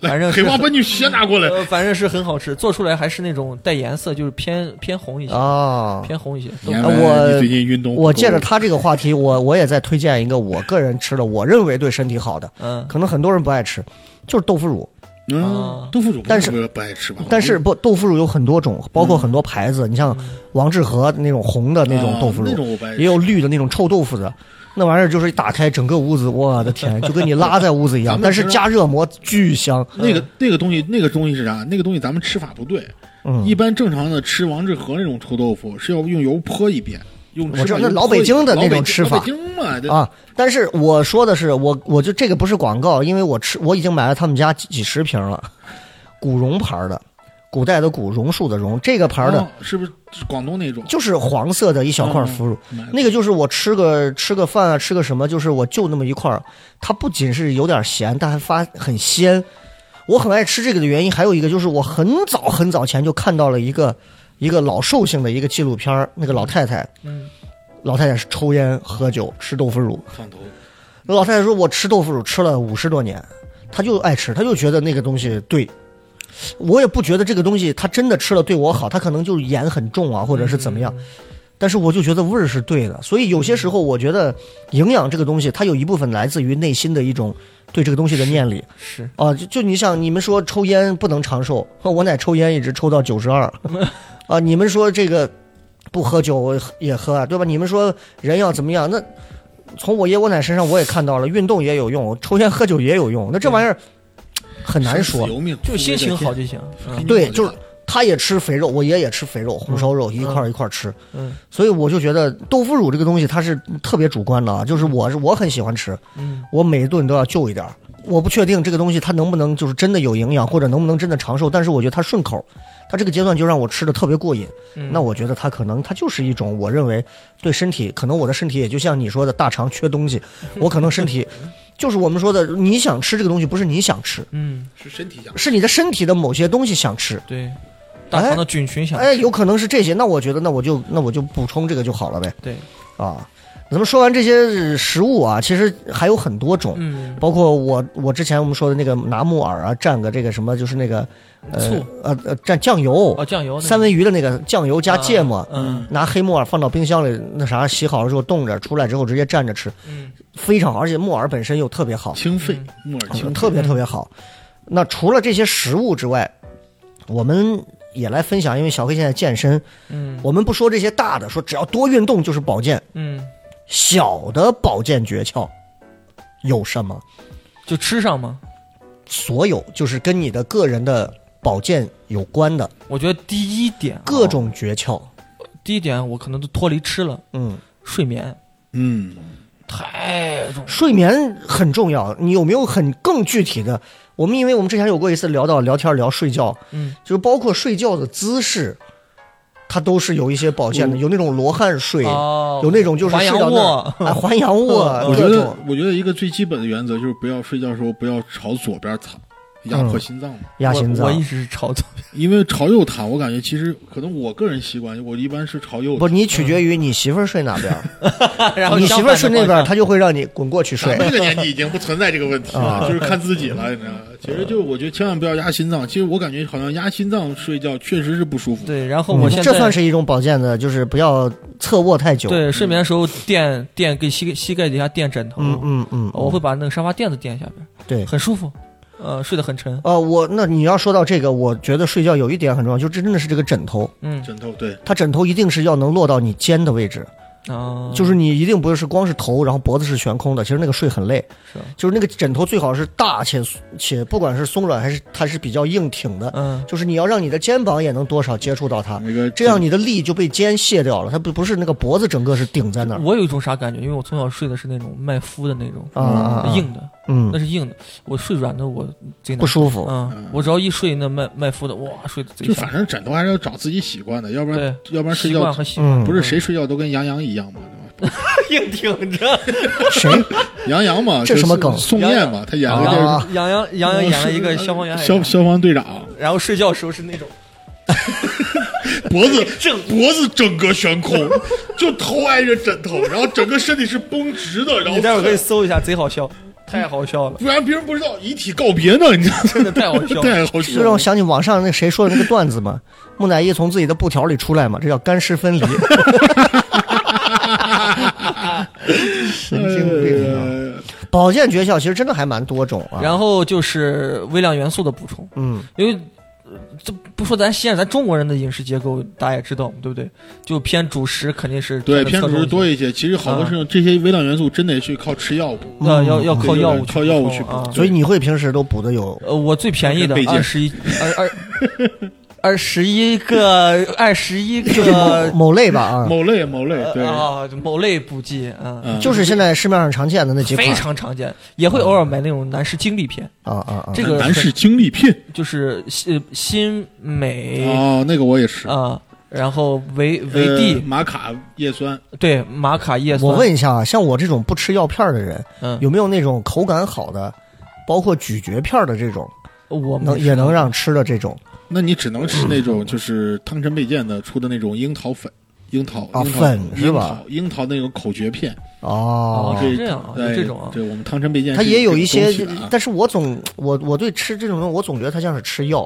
反正
黑
是
娃把你血拿过来。
呃，反正是很好吃，做出来还是那种带颜色，就是偏偏红一
[LAUGHS]
些，
啊，
偏红一些。
你看
啊我
你最近运动不够，
我借着他这个话题，我我也在推荐一个我个人吃的，我认为对身体好的，
嗯，
可能很多人不爱吃，就是豆腐乳。
嗯
啊，
豆腐乳不
但是
不不爱吃嗯吧？
但是不，豆腐乳有很多种，包括很多牌子，你像王致和那种红的那种豆腐
啊
乳，
那种我不爱吃
也有绿的那种臭豆腐的。那玩意儿就是一打开整个屋子，我的天，就跟你拉在屋子一样
咱，们
但是
知道
加热膜巨香。
那个那个东西，那个东西是啥？那个东西咱们吃法不对。
嗯
一，般正常的吃王致和那种臭豆腐是要用油泼一遍，用
我知道
吃法
那
油
老
泼一
北京的
老
那
北京
种吃法
老北京嘛，这
啊，但是我说的是，我我就这个不是广告，因为我吃我已经买了他们家几几十瓶了，古榕牌儿的，古代的古榕树的榕，这个牌儿的
哦是不是是广东那种？
就是黄色的一小块腐乳，
买
那个就是我吃个吃个饭啊，吃个什么，就是我就那么一块儿，它不仅是有点咸，但还发很鲜。我很爱吃这个的原因，还有一个就是我很早很早前就看到了一个一个老寿星的一个纪录片儿，那个老太太，
嗯，
老太太是抽烟、喝酒、吃豆腐乳。
烫头，
那老太太说，我吃豆腐乳吃了五十多年，她就爱吃，她就觉得那个东西对。我也不觉得这个东西她真的吃了对我好，她可能就是盐很重啊，或者是怎么样。
嗯
但是我就觉得味儿是对的，所以有些时候我觉得营养这个东西，它有一部分来自于内心的一种对这个东西的念力
是
啊。就就你想，你们说抽烟不能长寿，呵我乃抽烟一直抽到九十
[LAUGHS]
二啊，你们说这个不喝酒我也喝啊，对吧？你们说人要怎么样？那从我爷我奶身上我也看到了，运动也有用，抽烟喝酒也有用。那这玩意儿很难
生死
说，
由命
就心情好就行。嗯
嗯
对，就是。他也吃肥肉，我爷也吃肥肉，红烧肉一块儿一块儿吃。
嗯
所以我就觉得豆腐乳这个东西它是特别主观的啊，就是我是我很喜欢吃，
嗯，
我每一顿都要就一点儿。我不确定这个东西它能不能就是真的有营养，或者能不能真的长寿，但是我觉得它顺口，它这个阶段就让我吃的特别过瘾。
嗯
那我觉得它可能它就是一种我认为对身体，可能我的身体也就像你说的大肠缺东
[LAUGHS]
西，我可能身体就是我们说的你想吃这个东西，不是你想吃，
嗯，
是身体讲
是你的身体的某些东西想吃。
对，大肠的菌群想吃
哎，有可能是这些，那我觉得那我就那我就补充这个就好了呗。
对，
啊，咱们说完这些食物啊，其实还有很多种，
嗯，
包括我我之前我们说的那个拿木耳啊，蘸个这个什么，就是那个呃
醋
呃呃蘸酱油、
哦，酱油那个
三文鱼的那个酱油加芥末，
啊嗯
拿黑木耳放到冰箱里那啥洗好了之后冻着，出来之后直接蘸着吃，
嗯
非常好，而且木耳本身又特别好，
清肺，木耳清肺，
嗯特别特别好。那除了这些食物之外，我们也来分享，因为小黑现在健身，
嗯
我们不说这些大的，说只要多运动就是保健，
嗯，
小的保健诀窍有什么？
就吃上嘛。
所有就是跟你的个人的保健有关的
我觉得第一点啊，
各种诀窍。
第一点，我可能都脱离吃了，
嗯，
睡眠
嗯，
太重要。
睡眠很重要。你有没有很更具体的？我们因为我们之前有过一次聊到聊天聊睡觉，
嗯，
就是包括睡觉的姿势，它都是有一些保健的，有那种罗汉睡，
哦，
有那种就是
还
睡
阳
到那
卧
儿，哎，环阳 [LAUGHS] 卧，
我觉
各
得
嗯种
我觉得一个最基本的原则就是不要睡觉的时候不要朝左边躺，压
嗯
迫心脏嘛。
压心
我我一
脏。
直是朝左，
因为朝右躺，我感觉其实可能我个人习惯，我一般是朝右
不，你取决于你媳妇儿睡哪 [LAUGHS] 边儿，
[LAUGHS] 然后
你媳妇儿睡那边儿，
边，
她就会让你滚过去睡
咱。们这个年纪已经不存在这个问题
啊
了，就是看自己了，你知道吗？其实就是我觉得千万不要压心脏。其实我感觉好像压心脏睡觉确实是不舒服。
对，然后我
嗯
现在
这算是一种保健的，就是不要侧卧太久。
对睡眠的时候垫垫给膝盖膝盖底下垫枕头，
嗯嗯嗯，
我会把那个沙发垫子垫下边，
对
很舒服，呃，睡得很沉，
呃，我那你要说到这个，我觉得睡觉有一点很重要，就这真的是这个枕头，
嗯
枕头对，
它枕头一定是要能落到你肩的位置，
啊，
就是你一定不是光是头，然后脖子是悬空的，其实那个睡很累。
是啊
就是那个枕头最好是大且且不管是松软还是它是比较硬挺的，
嗯
就是你要让你的肩膀也能多少接触到它，
那个
这样你的力就被肩卸掉了，它不不是那个脖子整个是顶在那儿
我有一种啥感觉，因为我从小睡的是那种麦麸的那种
啊啊，啊，
硬的，
嗯
那是硬的，我睡软的我最难
不舒服。
嗯，我只要一睡那麦麦麸的，哇，睡得贼
就
香
反正枕头还是要找自己习惯的，要不然要不然睡
习惯
觉
和习惯
嗯，
不是谁睡觉都跟杨洋一样嘛，对吧？
[LAUGHS] 硬挺
[LAUGHS]
着。
谁
杨洋嘛，
这
就
什么
是
梗
宋
杨
焰
洋
嘛，他演了
杨
个
洋
杨洋啊杨洋演了一个消防员，
啊消消防队
[LAUGHS]
长，
然后睡觉时候是那种
脖子脖子整个悬空，就头挨着枕头，然后整个身体是绷直的，然
你待会
[LAUGHS]
儿可以搜一下，贼好笑，太好笑了，
不然别人不知道遗体告别呢，你知道吗？
真的太好笑
[LAUGHS]
了。
太好笑
就让我
了。
想起网上那谁说的那个段子嘛， [LAUGHS] 木乃伊从自己的布条里出来嘛，这叫干湿分离。 [LAUGHS] 神经病啊！
呃，
保健诀窍其实真的还蛮多种啊。
然后就是微量元素的补充，
嗯，
因为呃这不说咱西安，咱中国人的饮食结构大家也知道，对不对？就偏主食肯定是
对，
占得
偏
侧
主
重啊
食多，
一些
一些。其实好多事情，这些微量元素真得去靠吃药物。
那要要
嗯
靠
对
药
对
物
靠药物去
补充
补
啊。
所以你会平时都补的有
呃，我最便宜的
倍
二
镜
十一二二 [LAUGHS] 二十一个二十一
[LAUGHS]
某
个
某类吧啊，
某类某类，对，
啊某类补剂啊。
嗯
就是现在市面上常见的那几款
非常常见，也会偶尔买那种男士精力片，
啊啊啊！
这
嗯
个
男士精力片
就是新新美啊、
哦，那个我也是。
然后维维
呃
D，、
玛卡叶酸，
对玛卡叶酸，
我问一下啊，像我这种不吃药片儿的人，
嗯，
有没有那种口感好的，包括咀嚼片儿的这种，
我
能
们
也能让吃的这种
那你只能吃那种
嗯
就是汤臣倍健的出的那种樱桃粉。樱桃
啊
樱桃
粉是
樱
吧
桃樱桃那种口诀片，
哦
哦
这
这样啊
对
有这种啊
对我们汤臣倍健
它
是
也有
这
一
个
些
东西的啊，
但是我总我我对吃这种东西，我总觉得它像是吃药。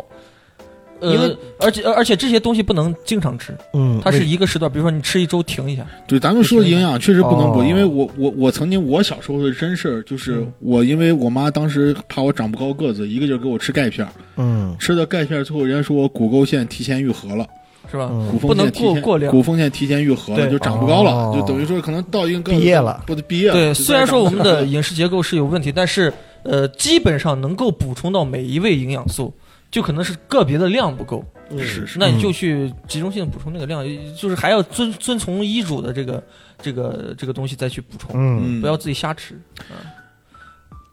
呃，
因为
而且而且这些东西不能经常吃，
嗯，
它是
为
一个时段，比如说你吃一周停一下，
对，咱们说营养确实不能补，
哦
因为我我我曾经我小时候的真事儿就是
嗯
我因为我妈当时怕我长不高个子，一个劲儿给我吃钙片儿，
嗯
吃的钙片儿最后人家说我骨沟线提前愈合了，
是吧？
嗯
骨
不
缝
能
线提
过
前
过量
骨缝线提前愈合了
对
就长不高了，
哦
就等于说可能到一定个子
毕业了
不毕业了。
对，
就
虽然
再长
说
不
我们
高 [LAUGHS]
的
了
饮食结构是有问题，但是呃，基本上能够补充到每一位营养素，就可能是个别的量不够，
是是，
嗯那你就去集中性地补充那个量，就是还要遵遵从医嘱的这个这个这个东西再去补充，
嗯
不要自己瞎吃。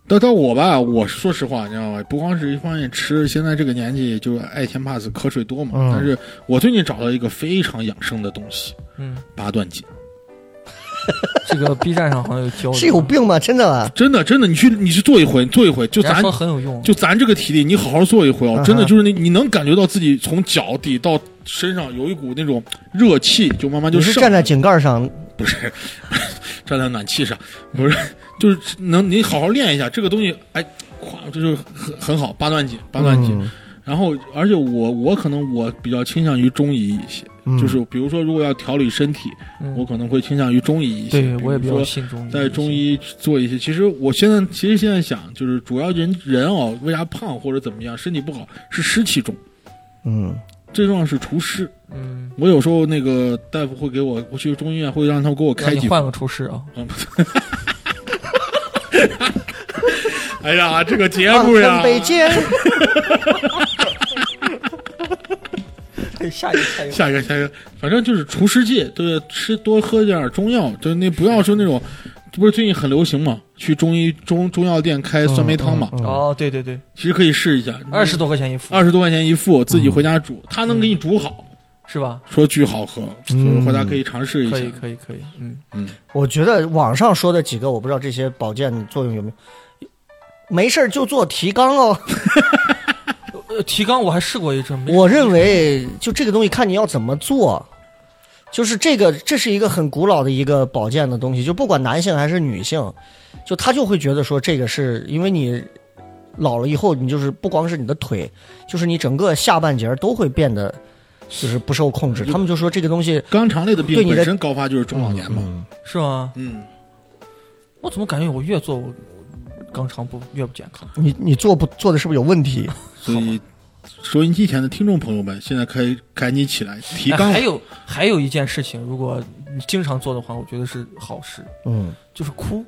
但到我吧，我说实话，你知道吗？不光是一方面吃，现在这个年纪就是爱钱怕死，瞌睡多嘛。
嗯
但是我最近找到一个非常养生的东西
嗯，
——八段锦。
这个 B 站上好像有
嗯
教的，
是有病吗？真的啊？
真的，真的，你去你去做一回，你做一回，就
人家
咱
说很有用，
就咱这个体力，你好好做一回
嗯
哦
哼，
真的就是你你能感觉到自己从脚底到身上有一股那种热气，就慢慢就
你是
上
站在井盖上，
不是站在暖气上，不是 [LAUGHS] 就是能你好好练一下这个东西，哎，咵，这就是很很好，八段锦，八段锦。
嗯
然后，而且我我可能我比较倾向于中医一些，
嗯
就是比如说如果要调理身体，
嗯
我可能会倾向于中医一些。
对我也比
比
较
如说
信中医，
在中医做一些，其实我现在其实现在想，就是主要人人哦，为啥胖或者怎么样，身体不好是湿气重，
嗯
最重要是除湿。
嗯，
我有时候那个大夫会给我，我去中医院会让他们给我
让
开
[LAUGHS]
你
几
换个厨师啊，
哎呀，这个节
放
目
声
呀，
北京，
[LAUGHS]
下一下一
下一个，下一个，反正就是除湿剂，对，吃多喝点儿中药，就那不要说那种，这不是最近很流行嘛？去中医中中药店开酸梅汤嘛，
嗯嗯嗯
哦，对对对，
其实可以试一下，
二十多块钱一副
嗯二十多块钱一副，自己回家
嗯
煮，他能给你煮好，
是吧？
说巨好喝，所以回家可以尝试一下
嗯可。以可以可以，嗯，
我觉得网上说的几个，我不知道这些保健作用有没有。没事儿就做提纲哦。
呃，提纲我还试过一阵，没
我认为就这个东西，看你要怎么做。就是这个，这是一个很古老的一个保健的东西，就不管男性还是女性，就他就会觉得说这个是因为你老了以后，你就是不光是你的腿，就是你整个下半截儿都会变得就是不受控制。他们就说这个东西
肛肠类的
对
病
你的
本身高发就是中老年嘛，
是吗？
嗯，
我怎么感觉我越做我肛肠不越不健康？
你你做不做的是不是有问题？
所
嗯
以收音机前的听众朋友们，现在可以赶紧起来提
哎
纲
还。有还有一件事情，如果你经常做的话，我觉得是好事，
嗯，
就
[LAUGHS]
是哭。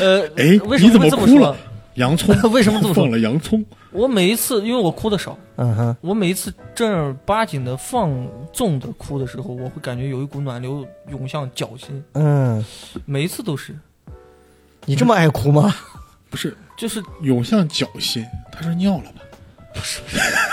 呃，
哎
为什么
你怎
会
么
这么
哭
说 [LAUGHS]
了？洋葱
为什么这么说
放了洋葱？
我每一次，因为我哭的少，
嗯哼，
我每一次正儿八经的放纵的哭的时候，我会感觉有一股暖流涌向脚心，
嗯，
每一次都是，
你这么爱哭吗？
不是
就是
涌向脚心，他是尿了吧？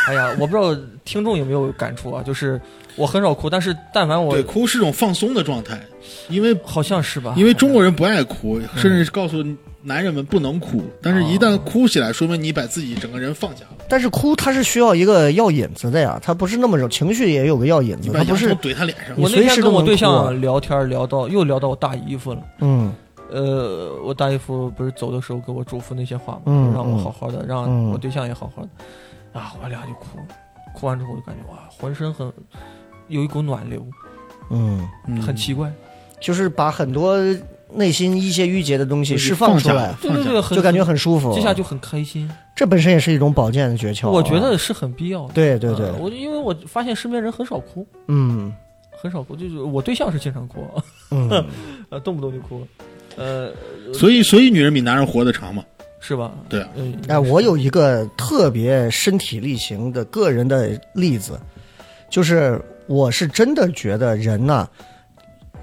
哎呀，我不知道听众有没有感触啊，就是我很少哭，但是但凡我啊
对，哭是种放松的状态，因为
好像是吧，
因为中国人不爱哭，
嗯
甚至告诉男人们不能哭，但
啊
是一旦哭起来，说明你把自己整个人放下
嗯
了，
但是哭它是需要一个药引子的呀，它不是那么种情绪也有个药引
你
子，
把
啊
它
洋
不
葱
是
怼他脸上。
我那
随
天
时
跟
都
我
能
对
哭啊
象聊天聊到又聊到我大姨夫了，
嗯
呃，我大姨夫不是走的时候给我嘱咐那些话嘛，
嗯
让我好好的，让
嗯
我对象也好好的，啊，我俩就哭，哭完之后我就感觉哇，浑身很有一股暖流，
嗯，
很奇怪，
就是把很多内心一些郁结的东西释放出来，
对对对，很
就感觉
很
很舒服。
这下就很开心，
这本身也是一种保健的诀窍啊。
我觉得是很必要的。
对对对
呃，我就因为我发现身边人很少哭，
嗯
很少哭，就是我对象是经常哭，
嗯，
呃，动不动就哭，呃，
所以所以女人比男人活得长嘛。
是吧？
对啊，
嗯，
哎，我有一个特别身体力行的个人的例子，就是我是真的觉得人呐、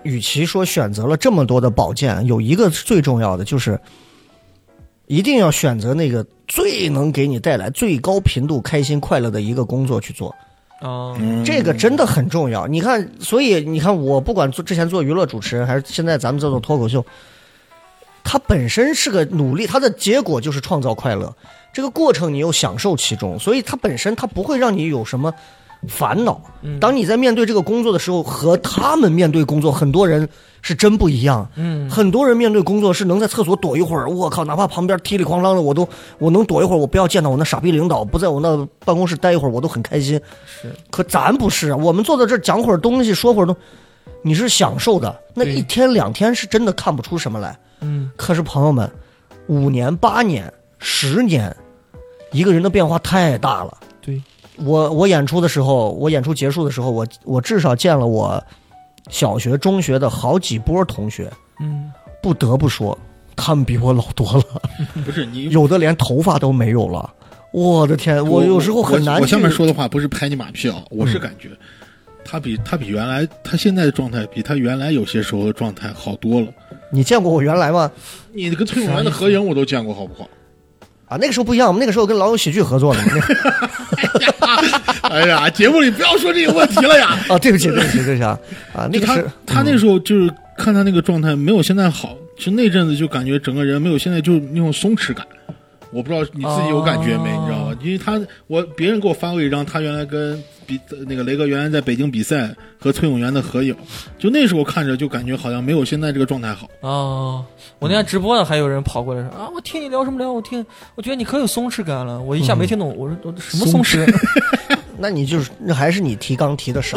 与其说选择了这么多的保健，有一个是最重要的就是，一定要选择那个最能给你带来最高频度开心快乐的一个工作去做，
啊，
嗯，
这个真的很重要。你看，所以你看，我不管做之前做娱乐主持人，还是现在咱们在做脱口秀，它本身是个努力，它的结果就是创造快乐。这个过程你又享受其中，所以它本身它不会让你有什么烦恼。
嗯
当你在面对这个工作的时候，和他们面对工作，很多人是真不一样。
嗯
很多人面对工作是能在厕所躲一会儿，我靠，哪怕旁边踢里哐啷的，我都我能躲一会儿，我不要见到我那傻逼领导，不在我那办公室待一会儿，我都很开心。
是，
可咱不是，啊我们坐在这儿讲会儿东西，说会儿东，你是享受的。那
对
一天两天是真的看不出什么来。
嗯，
可是朋友们，五年、八年、十年，一个人的变化太大了。
对，
我我演出的时候，我演出结束的时候，我我至少见了我小学、中学的好几波同学。
嗯，
不得不说，他们比我老多了，
不是你
有的连头发都没有了。我的天，我有时候很难
我。我下面
去嗯
说的话不是拍你马屁啊，我是感觉他比他比原来他现在的状态比他原来有些时候的状态好多了。
你见过我原来吗？
你那个崔永元的合影我都见过，好不好？ [LAUGHS]
啊，那个时候不一样，我们那个时候跟老友喜剧合作呢。那
哎呀，节目里不要说这个问题了呀。
啊，对不起，对不起，对不起啊！啊，那
就
个
他
是
他那时候就是看他那个状态没有现在好，其实那阵子就感觉整个人没有现在就是那种松弛感。我不知道你自己有感觉没，
哦
你知道吗？因为他我别人给我发过一张他原来跟比那个雷哥原来在北京比赛和崔永元的合影，就那时候看着就感觉好像没有现在这个状态好。
哦，我那天直播呢，还有人跑过来说啊，我听你聊什么聊？我听，我觉得你可有松弛感了。我一下没听懂，我说我什么嗯松弛？ [LAUGHS]
那你就是那还是你提纲提的少，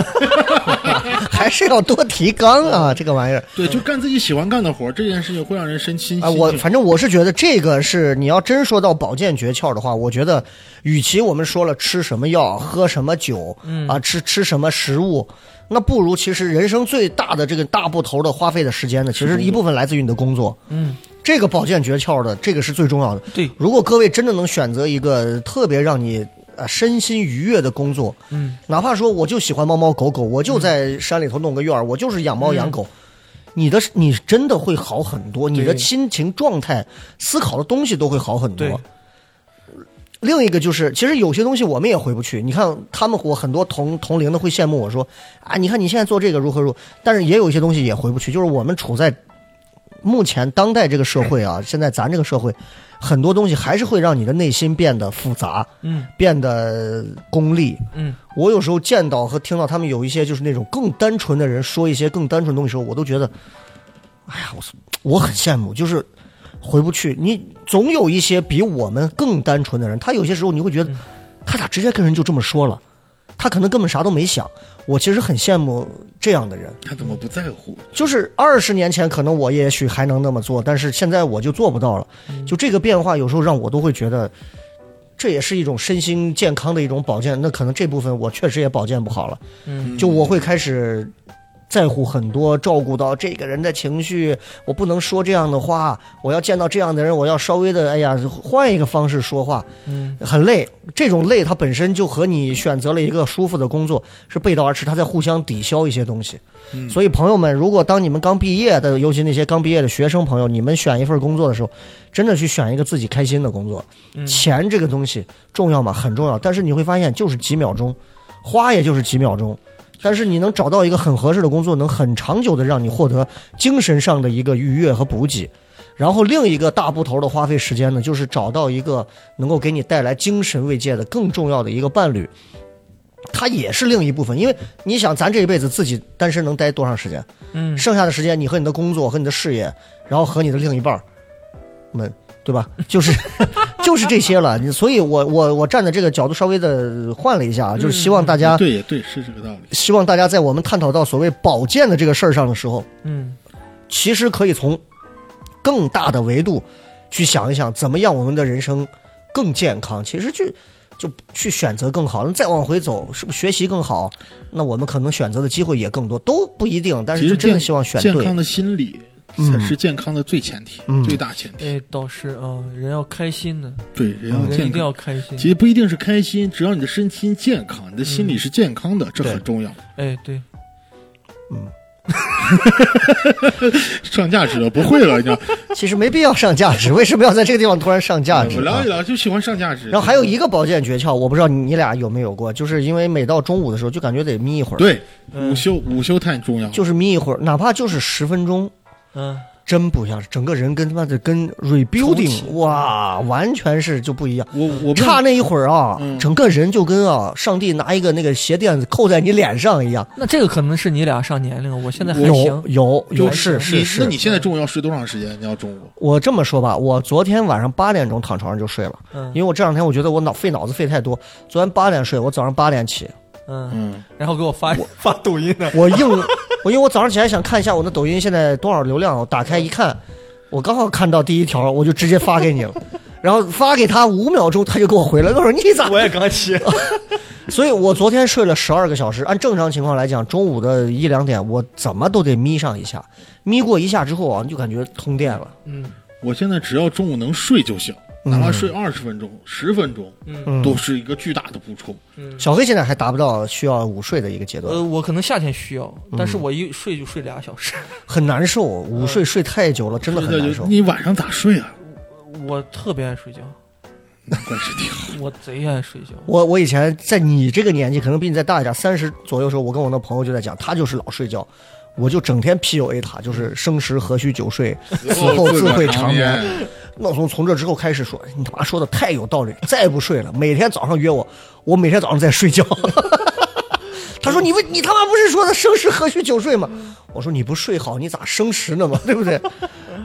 [LAUGHS] 还是要多提纲啊！这个玩意儿
对，就干自己喜欢干的活儿，这件事情会让人身心
啊，
心
我
情
反正我是觉得这个是你要真说到保健诀窍的话，我觉得与其我们说了吃什么药、喝什么酒，啊，吃吃什么食物，那不如其实人生最大的这个大部头的花费的时间呢，其实一部分来自于你的工作。
嗯，
这个保健诀窍的这个是最重要的。
对，
如果各位真的能选择一个特别让你呃身心愉悦的工作，
嗯，
哪怕说我就喜欢猫猫狗狗，我就在山里头弄个院儿，我就是养猫养狗，你的你真的会好很多，你的心情状态、思考的东西都会好很
对
多。另一个就是，其实有些东西我们也回不去。你看，他们我很多同同龄的会羡慕我说啊，你看你现在做这个如何如何，但是也有一些东西也回不去，就是我们处在目前当代这个社会啊，现在咱这个社会，很多东西还是会让你的内心变得复杂，
嗯
变得功利。
嗯，
我有时候见到和听到他们有一些就是那种更单纯的人说一些更单纯的东西的时候，我都觉得，哎呀，我我很羡慕，就是回不去。你总有一些比我们更单纯的人，他有些时候你会觉得，他咋直接跟人就这么说了？他可能根本啥都没想。我其实很羡慕这样的人。
他怎么不在乎？
就是二十年前，可能我也许还能那么做，但是现在我就做不到了。就这个变化，有时候让我都会觉得，这也是一种身心健康的一种保健。那可能这部分我确实也保健不好了，
嗯
就我会开始在乎很多，照顾到这个人的情绪，我不能说这样的话，我要见到这样的人，我要稍微的，哎呀，换一个方式说话，
嗯，
很累。这种累，它本身就和你选择了一个舒服的工作是背道而驰，它在互相抵消一些东西。
嗯
所以，朋友们，如果当你们刚毕业的，尤其那些刚毕业的学生朋友，你们选一份工作的时候，真的去选一个自己开心的工作。钱这个东西重要吗？很重要，但是你会发现就是几秒钟，花也就是几秒钟。但是你能找到一个很合适的工作，能很长久的让你获得精神上的一个愉悦和补给。然后另一个大部头的花费时间呢，就是找到一个能够给你带来精神慰藉的更重要的一个伴侣，他也是另一部分。因为你想，咱这一辈子自己单身能待多长时间？
嗯
剩下的时间你和你的工作和你的事业，然后和你的另一半儿们，对吧？ [LAUGHS] 就是就是这些了。你所以我，我我站的这个角度稍微的换了一下啊，就是希望大家、
嗯对也对，是这个道理。
希望大家在我们探讨到所谓保健的这个事儿上的时候，
嗯
其实可以从更大的维度去想一想，怎么样我们的人生更健康。其实就就去选择更好，那再往回走，是不是学习更好？那我们可能选择的机会也更多，都不一定。但
其
是
实
就真的
健
希望选
健
对
康。的心理
嗯
才是健康的最前提、
嗯
最大前提。
哎，倒是啊，人要开心的，
对，人要
人一
健
定
康。
要开心。
其实不一定是开心，只要你的身心健康，你的心理是健康的，这很重要，
哎，对，
上价值了，不会了，你知道？
其实没必要上
[LAUGHS]
价值，为什么要在这个地方突然上价值
我
啊、
聊一聊就喜欢上价值。
然后还有一个保健诀窍，我不知道你俩有没有过，就是因为每到中午的时候，就感觉得眯一会儿，
对午休，午休太重要了。
就是眯一会儿，哪怕就是十分钟，
嗯，
真不一样，整个人跟他妈的跟 rebuilding 哇，完全是就不一样。
我我不
差那一会儿啊，
嗯
整个人就跟啊上帝拿一个那个鞋垫子扣在你脸上一样。
那这个可能是你俩上年龄了，我现在还
有
行。
有有
还
是
行
是
你那
是。
你现在中午要睡多长时间？你要中午
我这么说吧，我昨天晚上八点钟躺床上就睡了，
嗯
因为我这两天我觉得我脑费脑子费太多。昨天八点睡，我早上八点起，
嗯，
嗯，
然后给我发 [LAUGHS] 发抖音呢。
我硬我因为我早上起来想看一下我的抖音现在多少流量，我打开一看，我刚好看到第一条，我就直接发给你了。然后发给他五秒钟，他就给我回了，我说你咋
也刚 [LAUGHS] 起。
所以我昨天睡了十二个小时，按正常情况来讲，中午的一两点我怎么都得眯上一下，眯过一下之后啊，你就感觉通电了。
嗯，
我现在只要中午能睡就行，哪怕睡二十分钟、十分钟，
嗯
都是一个巨大的补充。
小黑现在还达不到需要午睡的一个阶段
呃，，我可能夏天需要，但是我一睡就睡俩小时，
很难受。午睡睡太久了，真的
现
很
在
难
就
受。
你晚上咋睡啊？
我特别爱睡觉，
难怪是挺
[LAUGHS]
好。
我贼爱睡觉。
我我以前在你这个年纪，可能比你再大一点，三十左右的时候，我跟我那朋友就在讲，他就是老睡觉，我就整天 PUA 他，就是生时何须久睡，死后自会长眠。那从从这之后开始说，哎你他妈说的太有道理，再也不睡了。每天早上约我，我每天早上在睡觉。 [LAUGHS] 他说你不你他妈不是说的生时何须久睡吗？我说你不睡好，你咋生时呢嘛，对不对？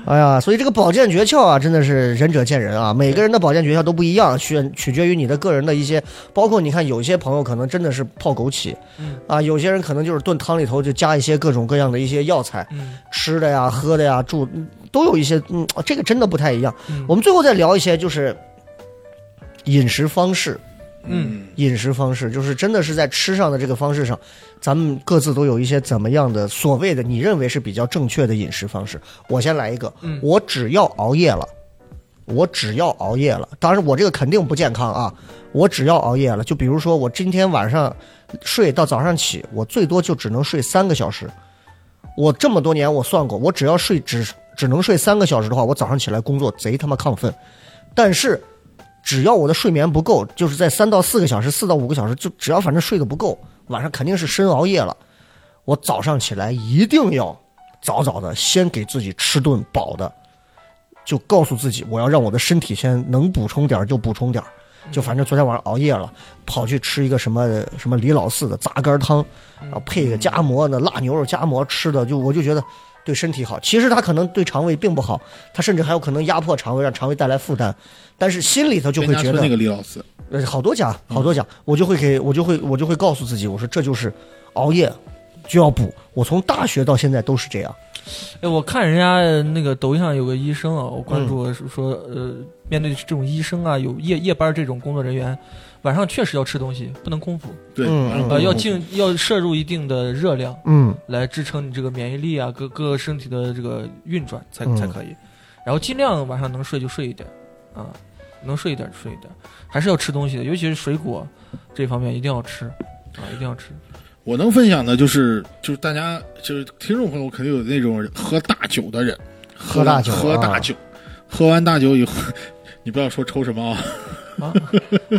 哎呀，所以这个保健诀窍啊，真的是仁者见仁啊，每个人的保健诀窍都不一样，取取决于你的个人的一些，包括你看有些朋友可能真的是泡枸杞，啊，有些人可能就是炖汤里头就加一些各种各样的一些药材，
嗯
吃的呀、喝的呀、住嗯都有一些，嗯，这个真的不太一样。
嗯
我们最后再聊一些就是饮食方式，
嗯，
饮食方式，就是真的是在吃上的这个方式上，咱们各自都有一些怎么样的所谓的你认为是比较正确的饮食方式。我先来一个，我只要熬夜了，我只要熬夜了，当然我这个肯定不健康啊，我只要熬夜了，就比如说我今天晚上睡到早上起，我最多就只能睡三个小时。我这么多年我算过，我只要睡只只能睡三个小时的话，我早上起来工作贼他妈亢奋，但是。只要我的睡眠不够，就是在三到四个小时、四到五个小时，就只要反正睡得不够，晚上肯定是深熬夜了。我早上起来一定要早早的先给自己吃顿饱的，就告诉自己我要让我的身体先能补充点儿就补充点儿，就反正昨天晚上熬夜了，跑去吃一个什么什么李老四的杂干汤，然后配个夹馍呢，辣牛肉夹馍吃的，就我就觉得对身体好。其实它可能对肠胃并不好，它甚至还有可能压迫肠胃，让肠胃带来负担。但是心里头就
边嗯
会
家
觉
村
得
那个李老师，
呃，好多家，好多家，
嗯
我就会给我就会我就会告诉自己，我说这就是熬夜就要补。我从大学到现在都是这样。
哎，我看人家呃那个抖音上有个医生啊，我关注是说，呃，面对这种医生啊，有夜夜班这种工作人员，晚上确实要吃东西，不能空腹，
对，
嗯
晚上
呃，
不
要
能
进要摄入一定的热量
嗯，
来支撑你这个免疫力啊，各各个身体的这个运转才
嗯
才可以，然后尽量晚上能睡就睡一点，啊，能睡一点就睡一点，还是要吃东西的，尤其是水果这方面一定要吃，啊，一定要吃，
我能分享的就是，就是大家就是听众朋友肯定有那种喝大酒的人，喝
喝大酒啊
喝大酒，喝完大酒以后，你不要说抽什么啊。 [LAUGHS]
啊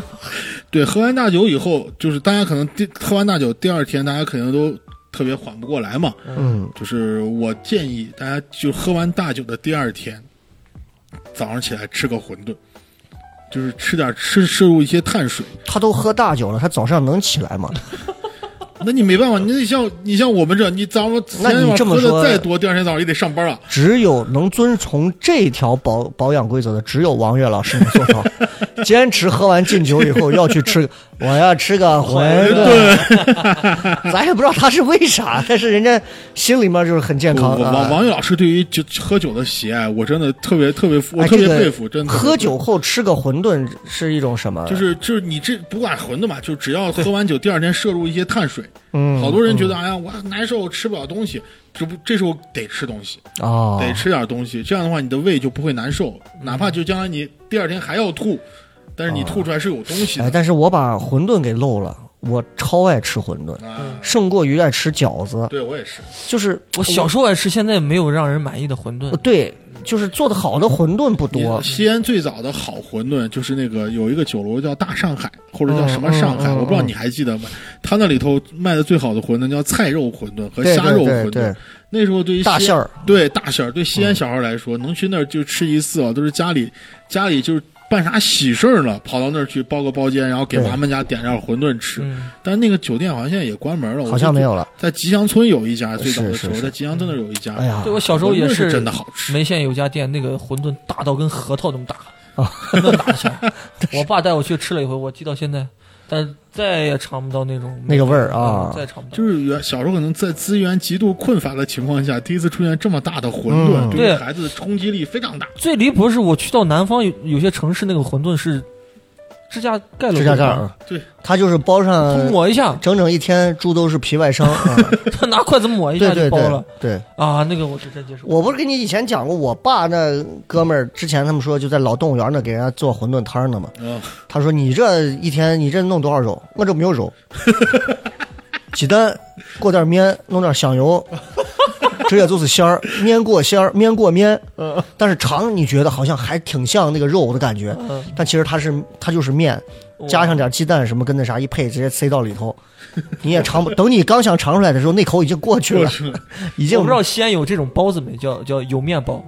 [LAUGHS]
对，喝完大酒以后，就是大家可能第喝完大酒第二天，大家肯定都特别缓不过来嘛。
嗯，
就是我建议大家，就喝完大酒的第二天，早上起来吃个馄饨，就是吃点吃摄入一些碳水，
他都喝大酒了，他早上能起来吗？
那你没办法，你得像你像我们这，你早上前
那
天
你
晚
这
上
么
喝的
说
再多，第二天早上也得上班啊。
只有能遵从这条保保养规则的，只有王悦老师能做 [LAUGHS] 到，坚持喝完敬酒以后要去吃，我要吃个
哎
馄饨。 [LAUGHS] 咱也不知道他是为啥，但是人家心里面就是很健
我
康
我王
啊。
王宇老师对于酒喝酒的喜爱，我真的特别特别服，我
哎
特别
这个
佩服，真的特别
喝
佩服
酒后吃个馄饨是一种什么？
就是就是你这不管馄饨吧，就只要喝完酒，第二天摄入一些碳水。
嗯
好多人觉得哎呀我难受，吃不了东西，这不这时候得吃东西，
啊，
得吃点东西，这样的话你的胃就不会难受，哪怕就将来你第二天还要吐，但是你吐出来是有东西
哦哎，
的。
但是我把馄饨给漏了，我超爱吃馄饨，
啊，
胜过于爱吃饺子。
对我也是，
就是
我小时候爱吃，现在没有让人满意的馄饨
呃，对，就是做的好的馄饨不
你
多。
西安最早的好馄饨就是那个有一个酒楼叫大上海，或者叫什么
嗯嗯
上海，
嗯
我不知道你还记得吗？他那里头卖的最好的馄饨叫菜肉馄饨和
对
虾肉
对
馄饨。
对对，
那时候对于西安
大馅儿，嗯
对大馅儿，对西安小孩来说，能去那儿就吃一次啊，都是家里家里就是办啥喜事儿了，跑到那儿去包个包间，然后给
对
娃们家点点馄饨吃。
嗯
但那个酒店好像现在也关门了，我
好像
记得
没有了。
在吉祥村有一家，最早的
是
时候
是是
在吉祥村那儿有一家。
哎呀
对，我小时候
馄饨
也
是真的好吃，
梅县有家店，那个馄饨大到跟核桃那么大，
哦
那么大的馅
[LAUGHS]
儿。我爸带我去吃了一回，我记到现在，但再也尝不到那种
那个味儿啊
嗯再也尝不到。
就是原小时候可能在资源极度困乏的情况下，第一次出现这么大的馄饨，
嗯
对于
对
孩子的冲击力非常大。
最离谱的是，我去到南方有有些城市，那个馄饨是指甲盖了，
指甲盖嗯儿，啊，
对，
他就是包上
抹一下， [LAUGHS]
整整一天，猪都是皮外
[LAUGHS]
伤。啊
他拿筷子抹一
对
下
对
就包
对
了
对，
啊，那个我是真接受不了。
我不是跟你以前讲过，我爸那哥们儿之前他们说就在老动物园呢给人家做馄饨摊儿呢嘛，
嗯，
他说你这一天你这弄多少肉？我这没有肉， [LAUGHS] 鸡蛋裹点面，弄点香油， [LAUGHS] 直接就是馅儿，面裹馅儿，面裹面。但是尝你觉得好像还挺像那个肉的感觉，
嗯
但其实它是它就是面，加上点鸡蛋什么跟那啥一配，直接塞到里头，你也尝不。 [LAUGHS] 等你刚想尝出来的时候，那口已经过去了，已经
我不知道西安有这种包子没，叫叫油面包，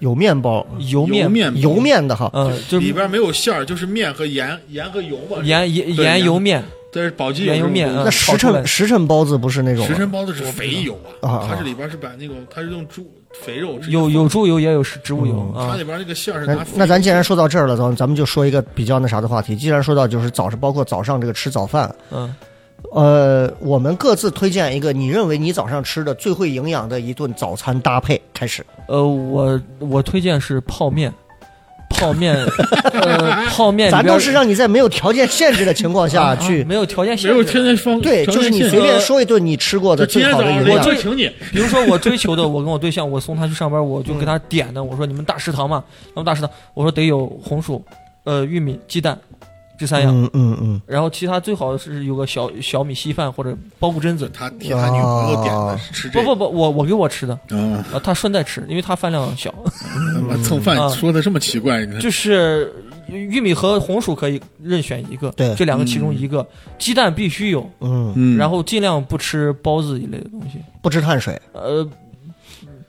有面包，
油面
油，面
油面的哈。
嗯，就
里
是
边没有馅儿，就是面和盐、盐和油吧。，
盐盐
对
盐油面，
但是宝鸡
盐油面
那
嗯
时
炒出来
辰时辰包子不是那种
时
吗
辰包子是肥油啊
啊啊，
它是里边是把那个，它是用猪肥肉直接
有有猪油也有植物油
嗯
它
啊
里边那个馅儿是拿
那那咱既然说到这儿了，咱咱们就说一个比较那啥的话题。既然说到就是早上，包括早上这个吃早饭，
嗯
呃，我们各自推荐一个你认为你早上吃的最会营养的一顿早餐搭配开始。
呃，我我推荐是泡面，泡面呃泡面里
咱
边
都是让你在没有条件限制的情况下
啊
去，
没有条件
没
限
有
制
天
的。
天放，
对，就是你随便说一顿你吃过
就
的
今
最
天
好
早
的
上
营
雷
养
我。
哥
最
请你，
比如说我追求的，我跟我对象，我送他去上班，我就给他点的，我说你们大食堂嘛，咱们大食堂，我说得有红薯、呃玉米、鸡蛋这三样，
嗯嗯嗯，
然后其他最好是有个小小米稀饭或者包谷榛子。
他替他女朋友点的吃这
不
个
不不，我我给我吃的，
啊，
啊，他顺带吃，因为他饭量小，
他妈蹭饭
啊
说的这么奇怪，你看
就是玉米和红薯可以任选一个，
对
这两个其中一个，鸡蛋必须有，
嗯，
嗯
然后尽量不吃包子一类的东西，
不吃碳水，
呃，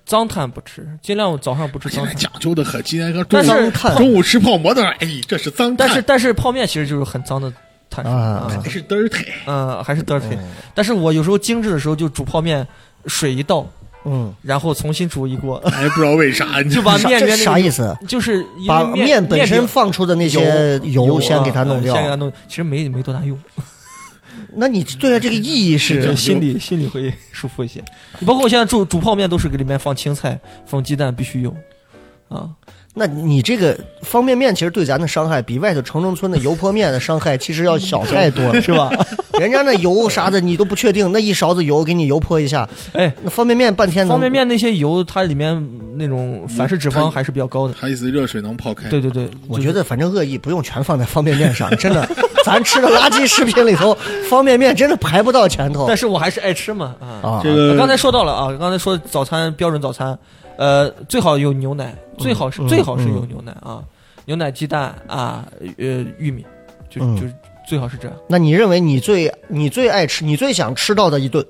脏碳不吃，尽量早上不吃
现
脏
在
碳。
讲究的很，今天刚中午
但是
脏碳
中午吃泡馍的时候，哎，这是脏
[LAUGHS] 但是
碳，
但是泡面其实就是很脏的碳水
啊
啊
还是 dirty，
嗯，还是 dirty。但是我有时候精致的时候就煮泡面，水一倒，
嗯，
然后重新煮一 [LAUGHS] 锅，
还哎不知道为啥，你
就把
啥
面
这
原
啥意思？
就是因为
把
面
本身
饼
放出的那些油
啊
先给它弄
嗯
掉
先，给它弄，其实没没多大用。
那你对它这个意义？
[LAUGHS] 就是心里心里会舒服一些。包括我现在煮煮泡面都是给里面放青菜、放鸡蛋，必须有啊。
那你这个方便面其实对咱的伤害比外头城中村的油泼面的伤害其实要小太多了，是吧？人家那油啥的你都不确定，那一勺子油给你油泼一下，
哎，
那方便面半天能
方便面那些油，它里面那种反式脂肪还是比较高的。
他意思热水能泡开，
对对对，
我觉得反正恶意不用全放在方便面上，真的， [LAUGHS] 咱吃的垃圾食品里头，方便面真的排不到前头
但是我还是爱吃嘛啊。
啊。
这
我
个
刚才说到了啊，刚才说早餐标准早餐，呃，最好有牛奶，最好是、
嗯
最好是
嗯
有牛奶啊，牛奶、鸡蛋啊，呃，玉米，就、
嗯
就是最好是这样。
那你认为你最你最爱吃、你最想吃到的一顿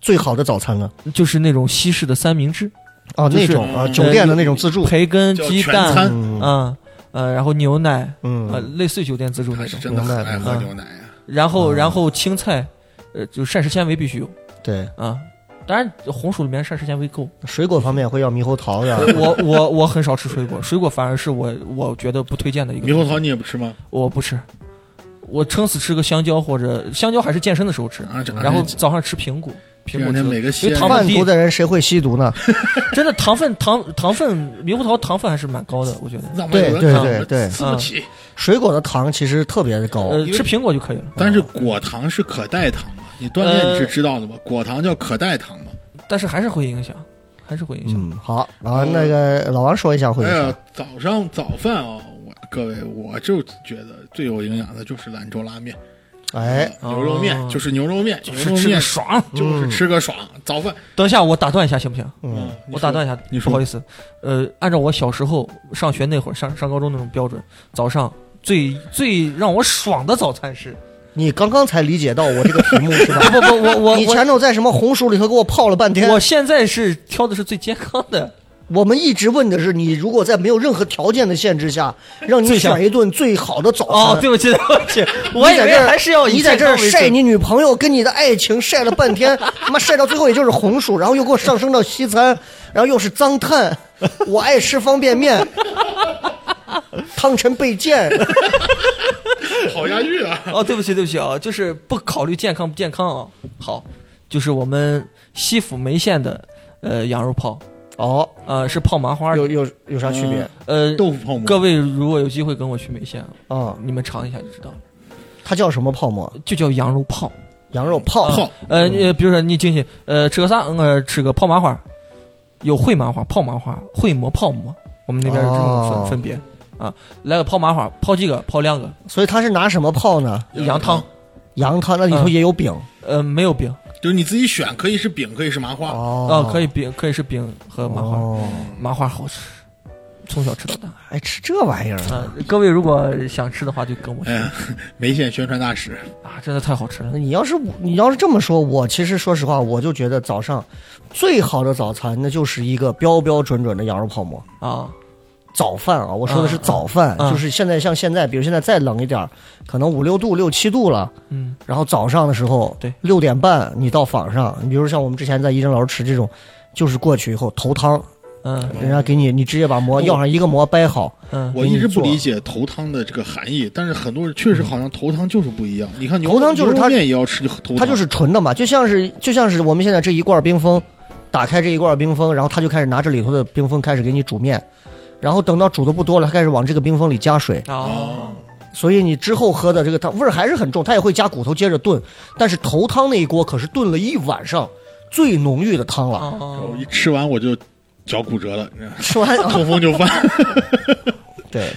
最好的早餐呢？
就是那种西式的三明治，
哦，
就是
那种啊，酒店的那种自助，
培根、
叫
鸡
全
蛋，
餐，
嗯
嗯呃，然后牛奶，呃，
嗯，
类似于酒店自助
他
那
是
种，
真的很爱喝
明白
牛奶啊。
然后
嗯
然后青菜，呃，就膳食纤维必须有
对，
啊。当然，红薯里面膳食纤维够。
水果方面会要猕猴桃
[LAUGHS]
呀，
我我我很少吃水果，水果反而是我我觉得不推荐的一个。
猕猴桃，你也不吃吗？
我不吃，我撑死吃个香蕉或者香蕉还是健身的时候吃，
啊，这
然后早上吃苹果，
这
苹
两
果吃
天每个西
因为
安
糖
贩
分低
毒，的人谁会吸毒呢？
真的糖分糖糖分猕猴桃糖分还是蛮高的，我觉得。
让
对
外国人
对
看
对
我
对
吃不起。
嗯
水果的糖其实特别的高，
呃，
哦因为
吃苹果就可以了，
但是果糖是可代糖嘛？你锻炼你是知道的吗？果糖叫可代糖嘛？
但是还是会影响，还是会影响。
嗯，好，然后那
嗯
个老王说一下会有
哎呀
啥？，
早上早饭啊，我各位，我就觉得最有营养的就是兰州拉面，
哎，
牛肉面
哦
就是牛肉面，
就
牛
是
肉
吃
面
的爽。
就是吃个爽。早饭，
等一下，我打断一下行不行？
嗯，
你
我
说
打断一下，
你
不
说
好意思，呃，按照我小时候上学那会儿，上上高中那种标准，早上最最让我爽的早餐是，
你刚刚才理解到我这个题目是吧？
啊不不， [LAUGHS] 我我
你
我
前头在什么红薯里头给我泡了半天，
我现在是挑的是最健康的，
我们一直问的是你如果在没有任何条件的限制下，让你
最想
选一顿最好的早餐。
哦，对不起对不
[LAUGHS]
起，我
你
以
在
为
这儿
还是要以
你在
健
这儿
康为
晒
准
你女朋友跟你的爱情晒了半天，他妈晒到最后也就是红薯，然后又给我上升到西餐，然后又是脏碳，我爱吃方便面，汤臣倍健，
好押韵啊！
哦，对不起对不起啊，就是不考虑健康不健康啊，好，就是我们西府眉县的呃羊肉泡，
哦，
呃，是泡麻花的。
有有有啥区别
嗯
呃，
豆腐泡馍，
各位如果有机会跟我去梅县，
啊？
你们尝一下就知道了，
它叫什么泡馍？
就叫羊肉泡。
羊肉泡
泡
嗯
呃，你比如说你进去，呃，吃个啥？嗯呃，吃个泡麻花，有烩麻花、泡麻花、烩馍、泡馍，我们那边有这种分、
哦
分别啊。来个泡麻花，泡几个？泡两个。
所以它是拿什么泡呢？
羊汤，
羊汤，那里头
嗯
也有饼
呃，没有饼，
就是你自己选，可以是饼，可以是麻花。
哦
啊，可以饼，可以是饼和麻花，
哦，
麻花好吃，从小吃到大。
还吃这玩意儿啊？
啊，各位如果想吃的话，就跟我吃
哎呀， [LAUGHS] 梅县宣传大使，
啊，真的太好吃了。
你要是你要是这么说，我其实说实话，我就觉得早上最好的早餐，那就是一个标标准准的羊肉泡馍。
啊，
早饭啊，我说的是早饭，
嗯嗯
就是现在像现在，比如现在再冷一点儿，可能五六度、六七度了，
嗯，
然后早上的时候，
对
六点半你到坊上，你比如像我们之前在一珍老师吃这种，就是过去以后头汤，
嗯
人家给你，你直接把馍
我
要上一个馍掰好，
嗯，
我一直
给你
不
做
理解头汤的这个含义，但是很多人确实好像头汤就是不一样。你看牛
头汤就是
牛肉
它
面也要吃头汤，
它就是纯的嘛，就像是就像是我们现在这一罐冰峰，打开这一罐冰峰，然后他就开始拿这里头的冰峰开始给你煮面，然后等到煮的不多了，他开始往这个冰峰里加水，
啊，
所以你之后喝的这个汤味儿还是很重，它也会加骨头接着炖，但是头汤那一锅可是炖了一晚上最浓郁的汤了，
我
哦
一吃完我就脚骨折了， [LAUGHS]
吃完
痛风就犯， [LAUGHS]
对，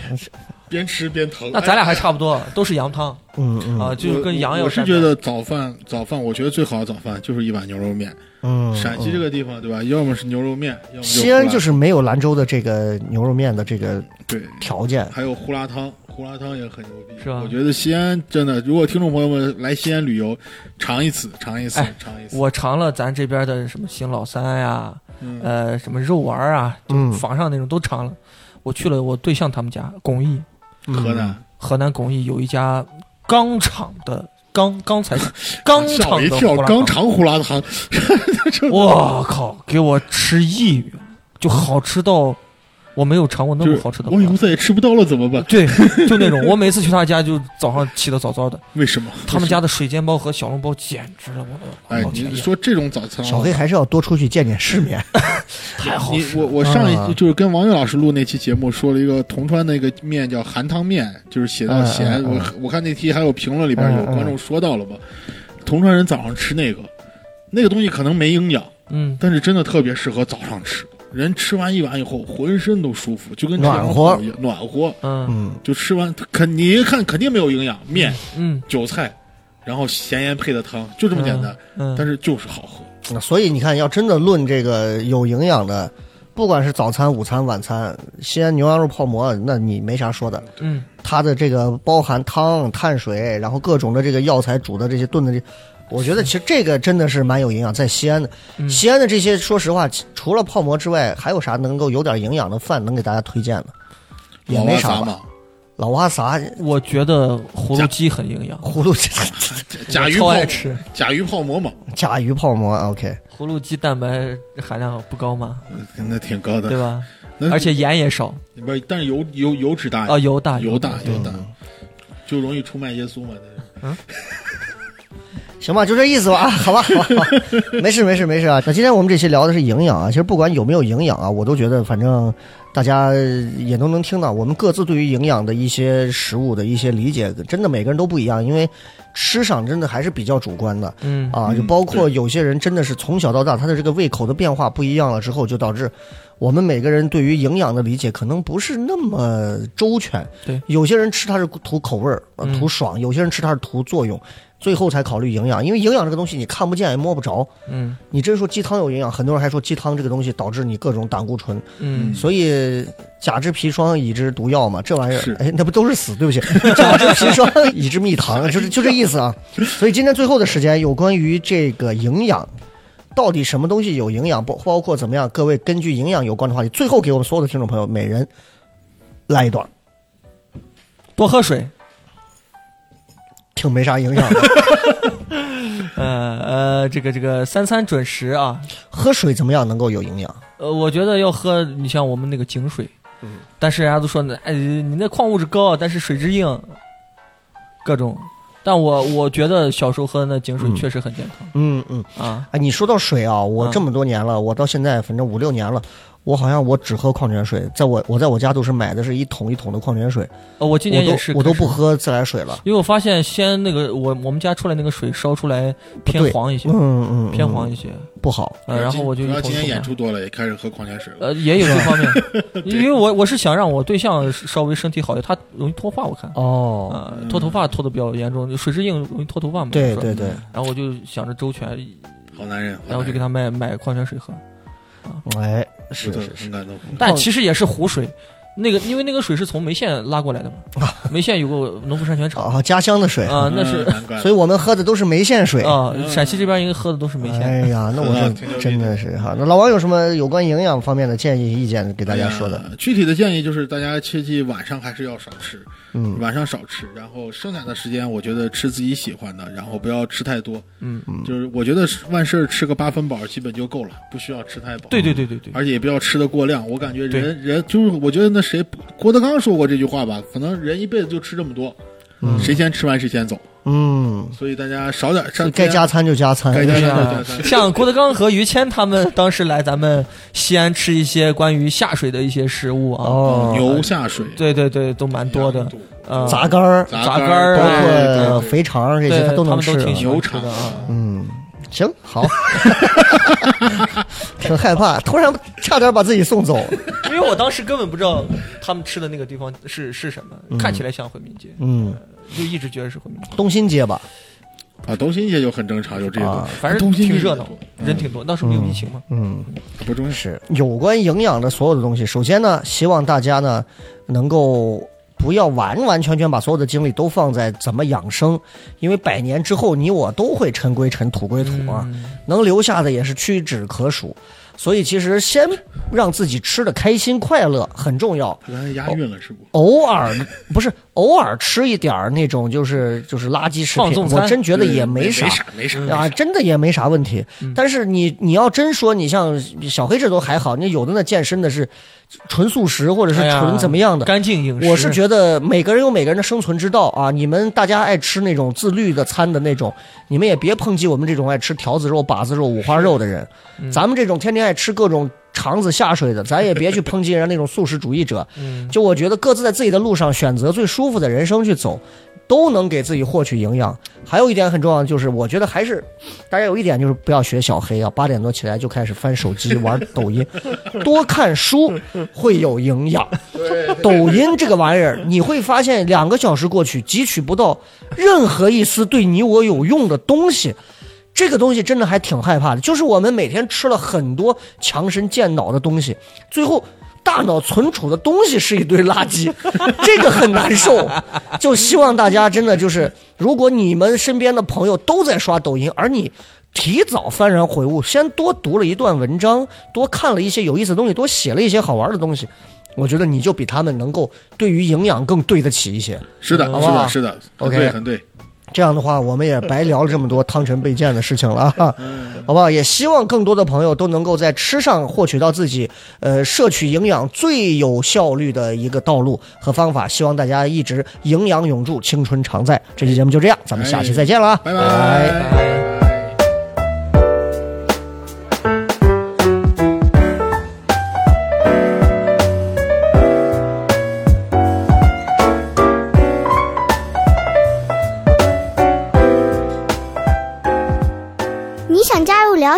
边吃边疼。哎
那咱俩还差不多，都是羊汤
嗯嗯
啊，就是跟羊
我
有
我是
沾
觉
边
得早饭早饭，我觉得最好的早饭就是一碗牛肉面。
嗯，
陕西这个地方对吧？要么是牛肉面，要么
西安
胡辣
就是没有兰州的这个牛肉面的这个
对，
条件，
还有胡辣汤，胡辣汤也很牛逼，
是吧
我觉得西安真的，如果听众朋友们来西安旅游，尝一次，尝一次
哎，
尝一次。
我尝了咱这边的什么邢老三呀、
嗯
呃，什么肉丸啊，
嗯
坊上那种都尝了。我去了我对象他们家巩义，
河南
河南巩义有一家钢厂的钢钢材钢
吓我
厂
一
的
跳，
胡辣
刚
汤，
尝胡辣汤，
我靠，给我吃抑郁，就好吃到我没有尝过那
就
么
是
好吃的胡
我以
辣
后
汤。
再也吃不到了，怎么办？
对， [LAUGHS] 就那种，我每次去他家就早上起得早早的，
为什么？
他们家的水煎包和小笼包简直了，我
哎
的老，天
你
爷，
说这种早餐，啊
小黑还是要多出去见见世面，
太好
你
吃
我
了。
我上一、
啊
就是跟王悦老师录那期节目，说了一个铜川那个面叫韩汤面，就是写到
嗯
咸。
嗯嗯
我我看那期还有评论里边有
嗯嗯
观众说到了吧，铜川人早上吃那个，那个东西可能没营养，
嗯，
但是真的特别适合早上吃。人吃完一碗以后，浑身都舒服，就跟
暖
吃羊
和
肉一样，暖和。
嗯
嗯，
就吃完肯你一看肯定没有营养，面、
嗯
韭菜，然后咸盐配的汤，就这么简单，
嗯，
但是就是好喝。
所以你看，要真的论这个有营养的，不管是早餐、午餐、晚餐，西安牛羊肉泡馍，那你没啥说的。
嗯
它的这个包含汤、碳水，然后各种的这个药材煮的这些炖的这，我觉得其实这个真的是蛮有营养。在西安的，
嗯
西安的这些，说实话，其除了泡馍之外，还有啥能够有点营养的饭能给大家推荐的？也
老
没
蛙
啥
杂
吧。
嘛，
老蛙啥
我觉得葫芦鸡很营
[LAUGHS]
养，
葫芦 [LAUGHS]
甲
我
鱼
超
泡
爱吃
甲鱼泡馍嘛，
甲鱼泡馍，OK，
葫芦鸡，蛋白含量不高嘛，
那挺高的
对。吧？
那
而且盐也少
里边，但是油油油脂
哎
大呀，
啊，油大嗯
油大油大，就容易出卖耶稣嘛。那是
行吧，就这意思吧，啊， [LAUGHS] 好吧，好吧，好吧没事没事没事啊。那今天我们这期聊的是营养啊，其实不管有没有营养啊，我都觉得反正大家也都能听到，我们各自对于营养的一些食物的一些理解，真的每个人都不一样，因为吃上真的还是比较主观的
嗯
啊，就
嗯
包括
对
有些人真的是从小到大，他的这个胃口的变化不一样了之后，就导致我们每个人对于营养的理解可能不是那么周全。
对，
有些人吃它是图口味儿、呃
嗯
图爽，有些人吃它是图作用，最后才考虑营养。因为营养这个东西你看不见也摸不着，
嗯
你真说鸡汤有营养，很多人还说鸡汤这个东西导致你各种胆固醇，
嗯
所以甲之砒霜以之毒药嘛，这玩意
是
儿，哎，那不都是死？对 [LAUGHS] 不起，甲之砒霜以之蜜糖， [LAUGHS] 就是就这意思啊。所以今天最后的时间，有关于这个营养，到底什么东西有营养，包包括怎么样？各位根据营养有关的话题，最后给我们所有的听众朋友每人来一段，
多喝水，
挺没啥营养的。 [LAUGHS]
呃呃，这个这个三餐准时啊，
喝水怎么样能够有营养？
呃，我觉得要喝，你像我们那个井水，
嗯
啊但是人家都说呢，哎，你那矿物质高，但是水质硬，各种。但我我觉得小时候喝的那井水确实很健康、
嗯嗯，
啊。
哎，你说到水啊，我
嗯
这么多年了，我到现在反正五六年了，我好像我只喝矿泉水，在我我在我家都是买的是一桶一桶的矿泉水，
呃我今年也是
我都我都
开始
不，喝自来水了，
因为我发现先那个我我们家出来那个水烧出来偏
对
黄一些
嗯，嗯嗯，
偏黄一些，
不好，
呃，然后我就
主
一
要
桶
今天
一桶
演
买
出多了，也开始喝矿泉水了。
呃，也有这
[LAUGHS]
方面，因为我我是想让我对象稍微身体好一点，他容易脱发，我看，
哦，
啊，
嗯
脱头发脱的比较严重，水质硬容易脱头发嘛，
对
是吧
对对，
然后我就想着周全，
好男人，
然后就给
他
他买买矿泉水喝，嗯
哎，
是
是
的
是，是，
很感动。
但其实也是湖水，那个因为那个水是从眉县拉过来的嘛，
[LAUGHS]
眉县有个农夫山泉厂
啊，家乡的水，
啊，那
嗯
是
难怪
所以我们喝的都是梅县水。
啊，
嗯
陕西这边应该喝的都是眉县。
哎呀，那我
啊挺牛
这
逼
真的是哈，那老王有什么有关营养方面的建议、意见给大家说的？
哎呀具体的建议就是，大家切记晚上还是要少吃，
嗯
晚上少吃，然后剩下的时间，我觉得吃自己喜欢的，然后不要吃太多。
嗯，
就是我觉得万事吃个八分饱基本就够了，不需要吃太饱。
对对对对对，
而且也不要吃的过量。我感觉
对
人人就是，我觉得那谁郭德纲说过这句话吧，可能人一辈子就吃这么多，谁先吃完谁先走。
嗯，
所以大家少点，上
该加餐就加餐，
该加
对
餐
呀
啊
对对对
像郭德纲和于谦他们当时来咱们西安吃一些关于下水的一些食物啊，
哦，
牛下水，
对对对，都蛮多的，啊，
杂干儿，啊
杂
嗯杂
干
干
儿
包
儿，
哎
括
对
肥肠这些，
对
它都能
他
吃
们都。挺喜欢
牛
吃
肠
的啊
嗯，行，好， [LAUGHS] 挺害怕，突然差点把自己送走。
因为我当时根本不知道他们吃的那个地方是是什么，看起来像回民街，
嗯，
就一直觉得是回民街，
东新街吧，
啊，东新街就很正常，有这些东西，
啊反正
东新街
挺热闹
也多，啊
人挺多。那时候没有疫情嘛，
嗯，
不重要。
是有关营养的所有的东西。首先呢，希望大家呢能够不要完完全全把所有的精力都放在怎么养生，因为百年之后你我都会尘归尘，土归土啊，
嗯
能留下的也是屈指可数。所以其实先让自己吃的开心快乐很重要。
他刚才押韵了是不？
偶尔不是偶尔吃一点儿那种就是就是垃圾食
放纵
品，
餐
我真觉得
对
也
没
啥。
啥，没
嗯
啥
啊，真的也没啥问题，但是你你要真说你像小黑这都还好，你有的那健身的是纯素食或者是
哎呀
纯怎么样的，
干净饮食。
嗯我是觉得每个人有每个人的生存之道啊！你们大家爱吃那种自律的餐的那种，你们也别抨击我们这种爱吃条子肉、把子肉、五花肉的人。
嗯
咱们这种天天爱吃各种肠子下水的，咱也别去抨击人家那种素食主义者。
嗯
就我觉得各自在自己的路上选择最舒服的人生去走，都能给自己获取营养。还有一点很重要的就是，我觉得还是大家有一点就是不要学小黑啊，八点多起来就开始翻手机、玩抖音，多看书会有营养。抖音这个玩意儿，你会发现两个小时过去，汲取不到任何一丝对你我有用的东西。这个东西真的还挺害怕的，就是我们每天吃了很多强身健脑的东西，最后大脑存储的东西是一堆垃圾，这个很难受。就希望大家真的就是，如果你们身边的朋友都在刷抖音，而你提早幡然悔悟，先多读了一段文章，多看了一些有意思的东西，多写了一些好玩的东西，我觉得你就比他们能够对于营养更对得起一些。
是的，
好
是
不好
的，是的，很
OK
对，很对。
这样的话，我们也白聊了这么多汤臣倍健的事情了啊， [LAUGHS] 好不好？也希望更多的朋友都能够在吃上获取到自己呃摄取营养最有效率的一个道路和方法。希望大家一直营养永驻，青春常在。这期节目就这样，咱们下期再见了啊，
拜拜
拜
你想加入聊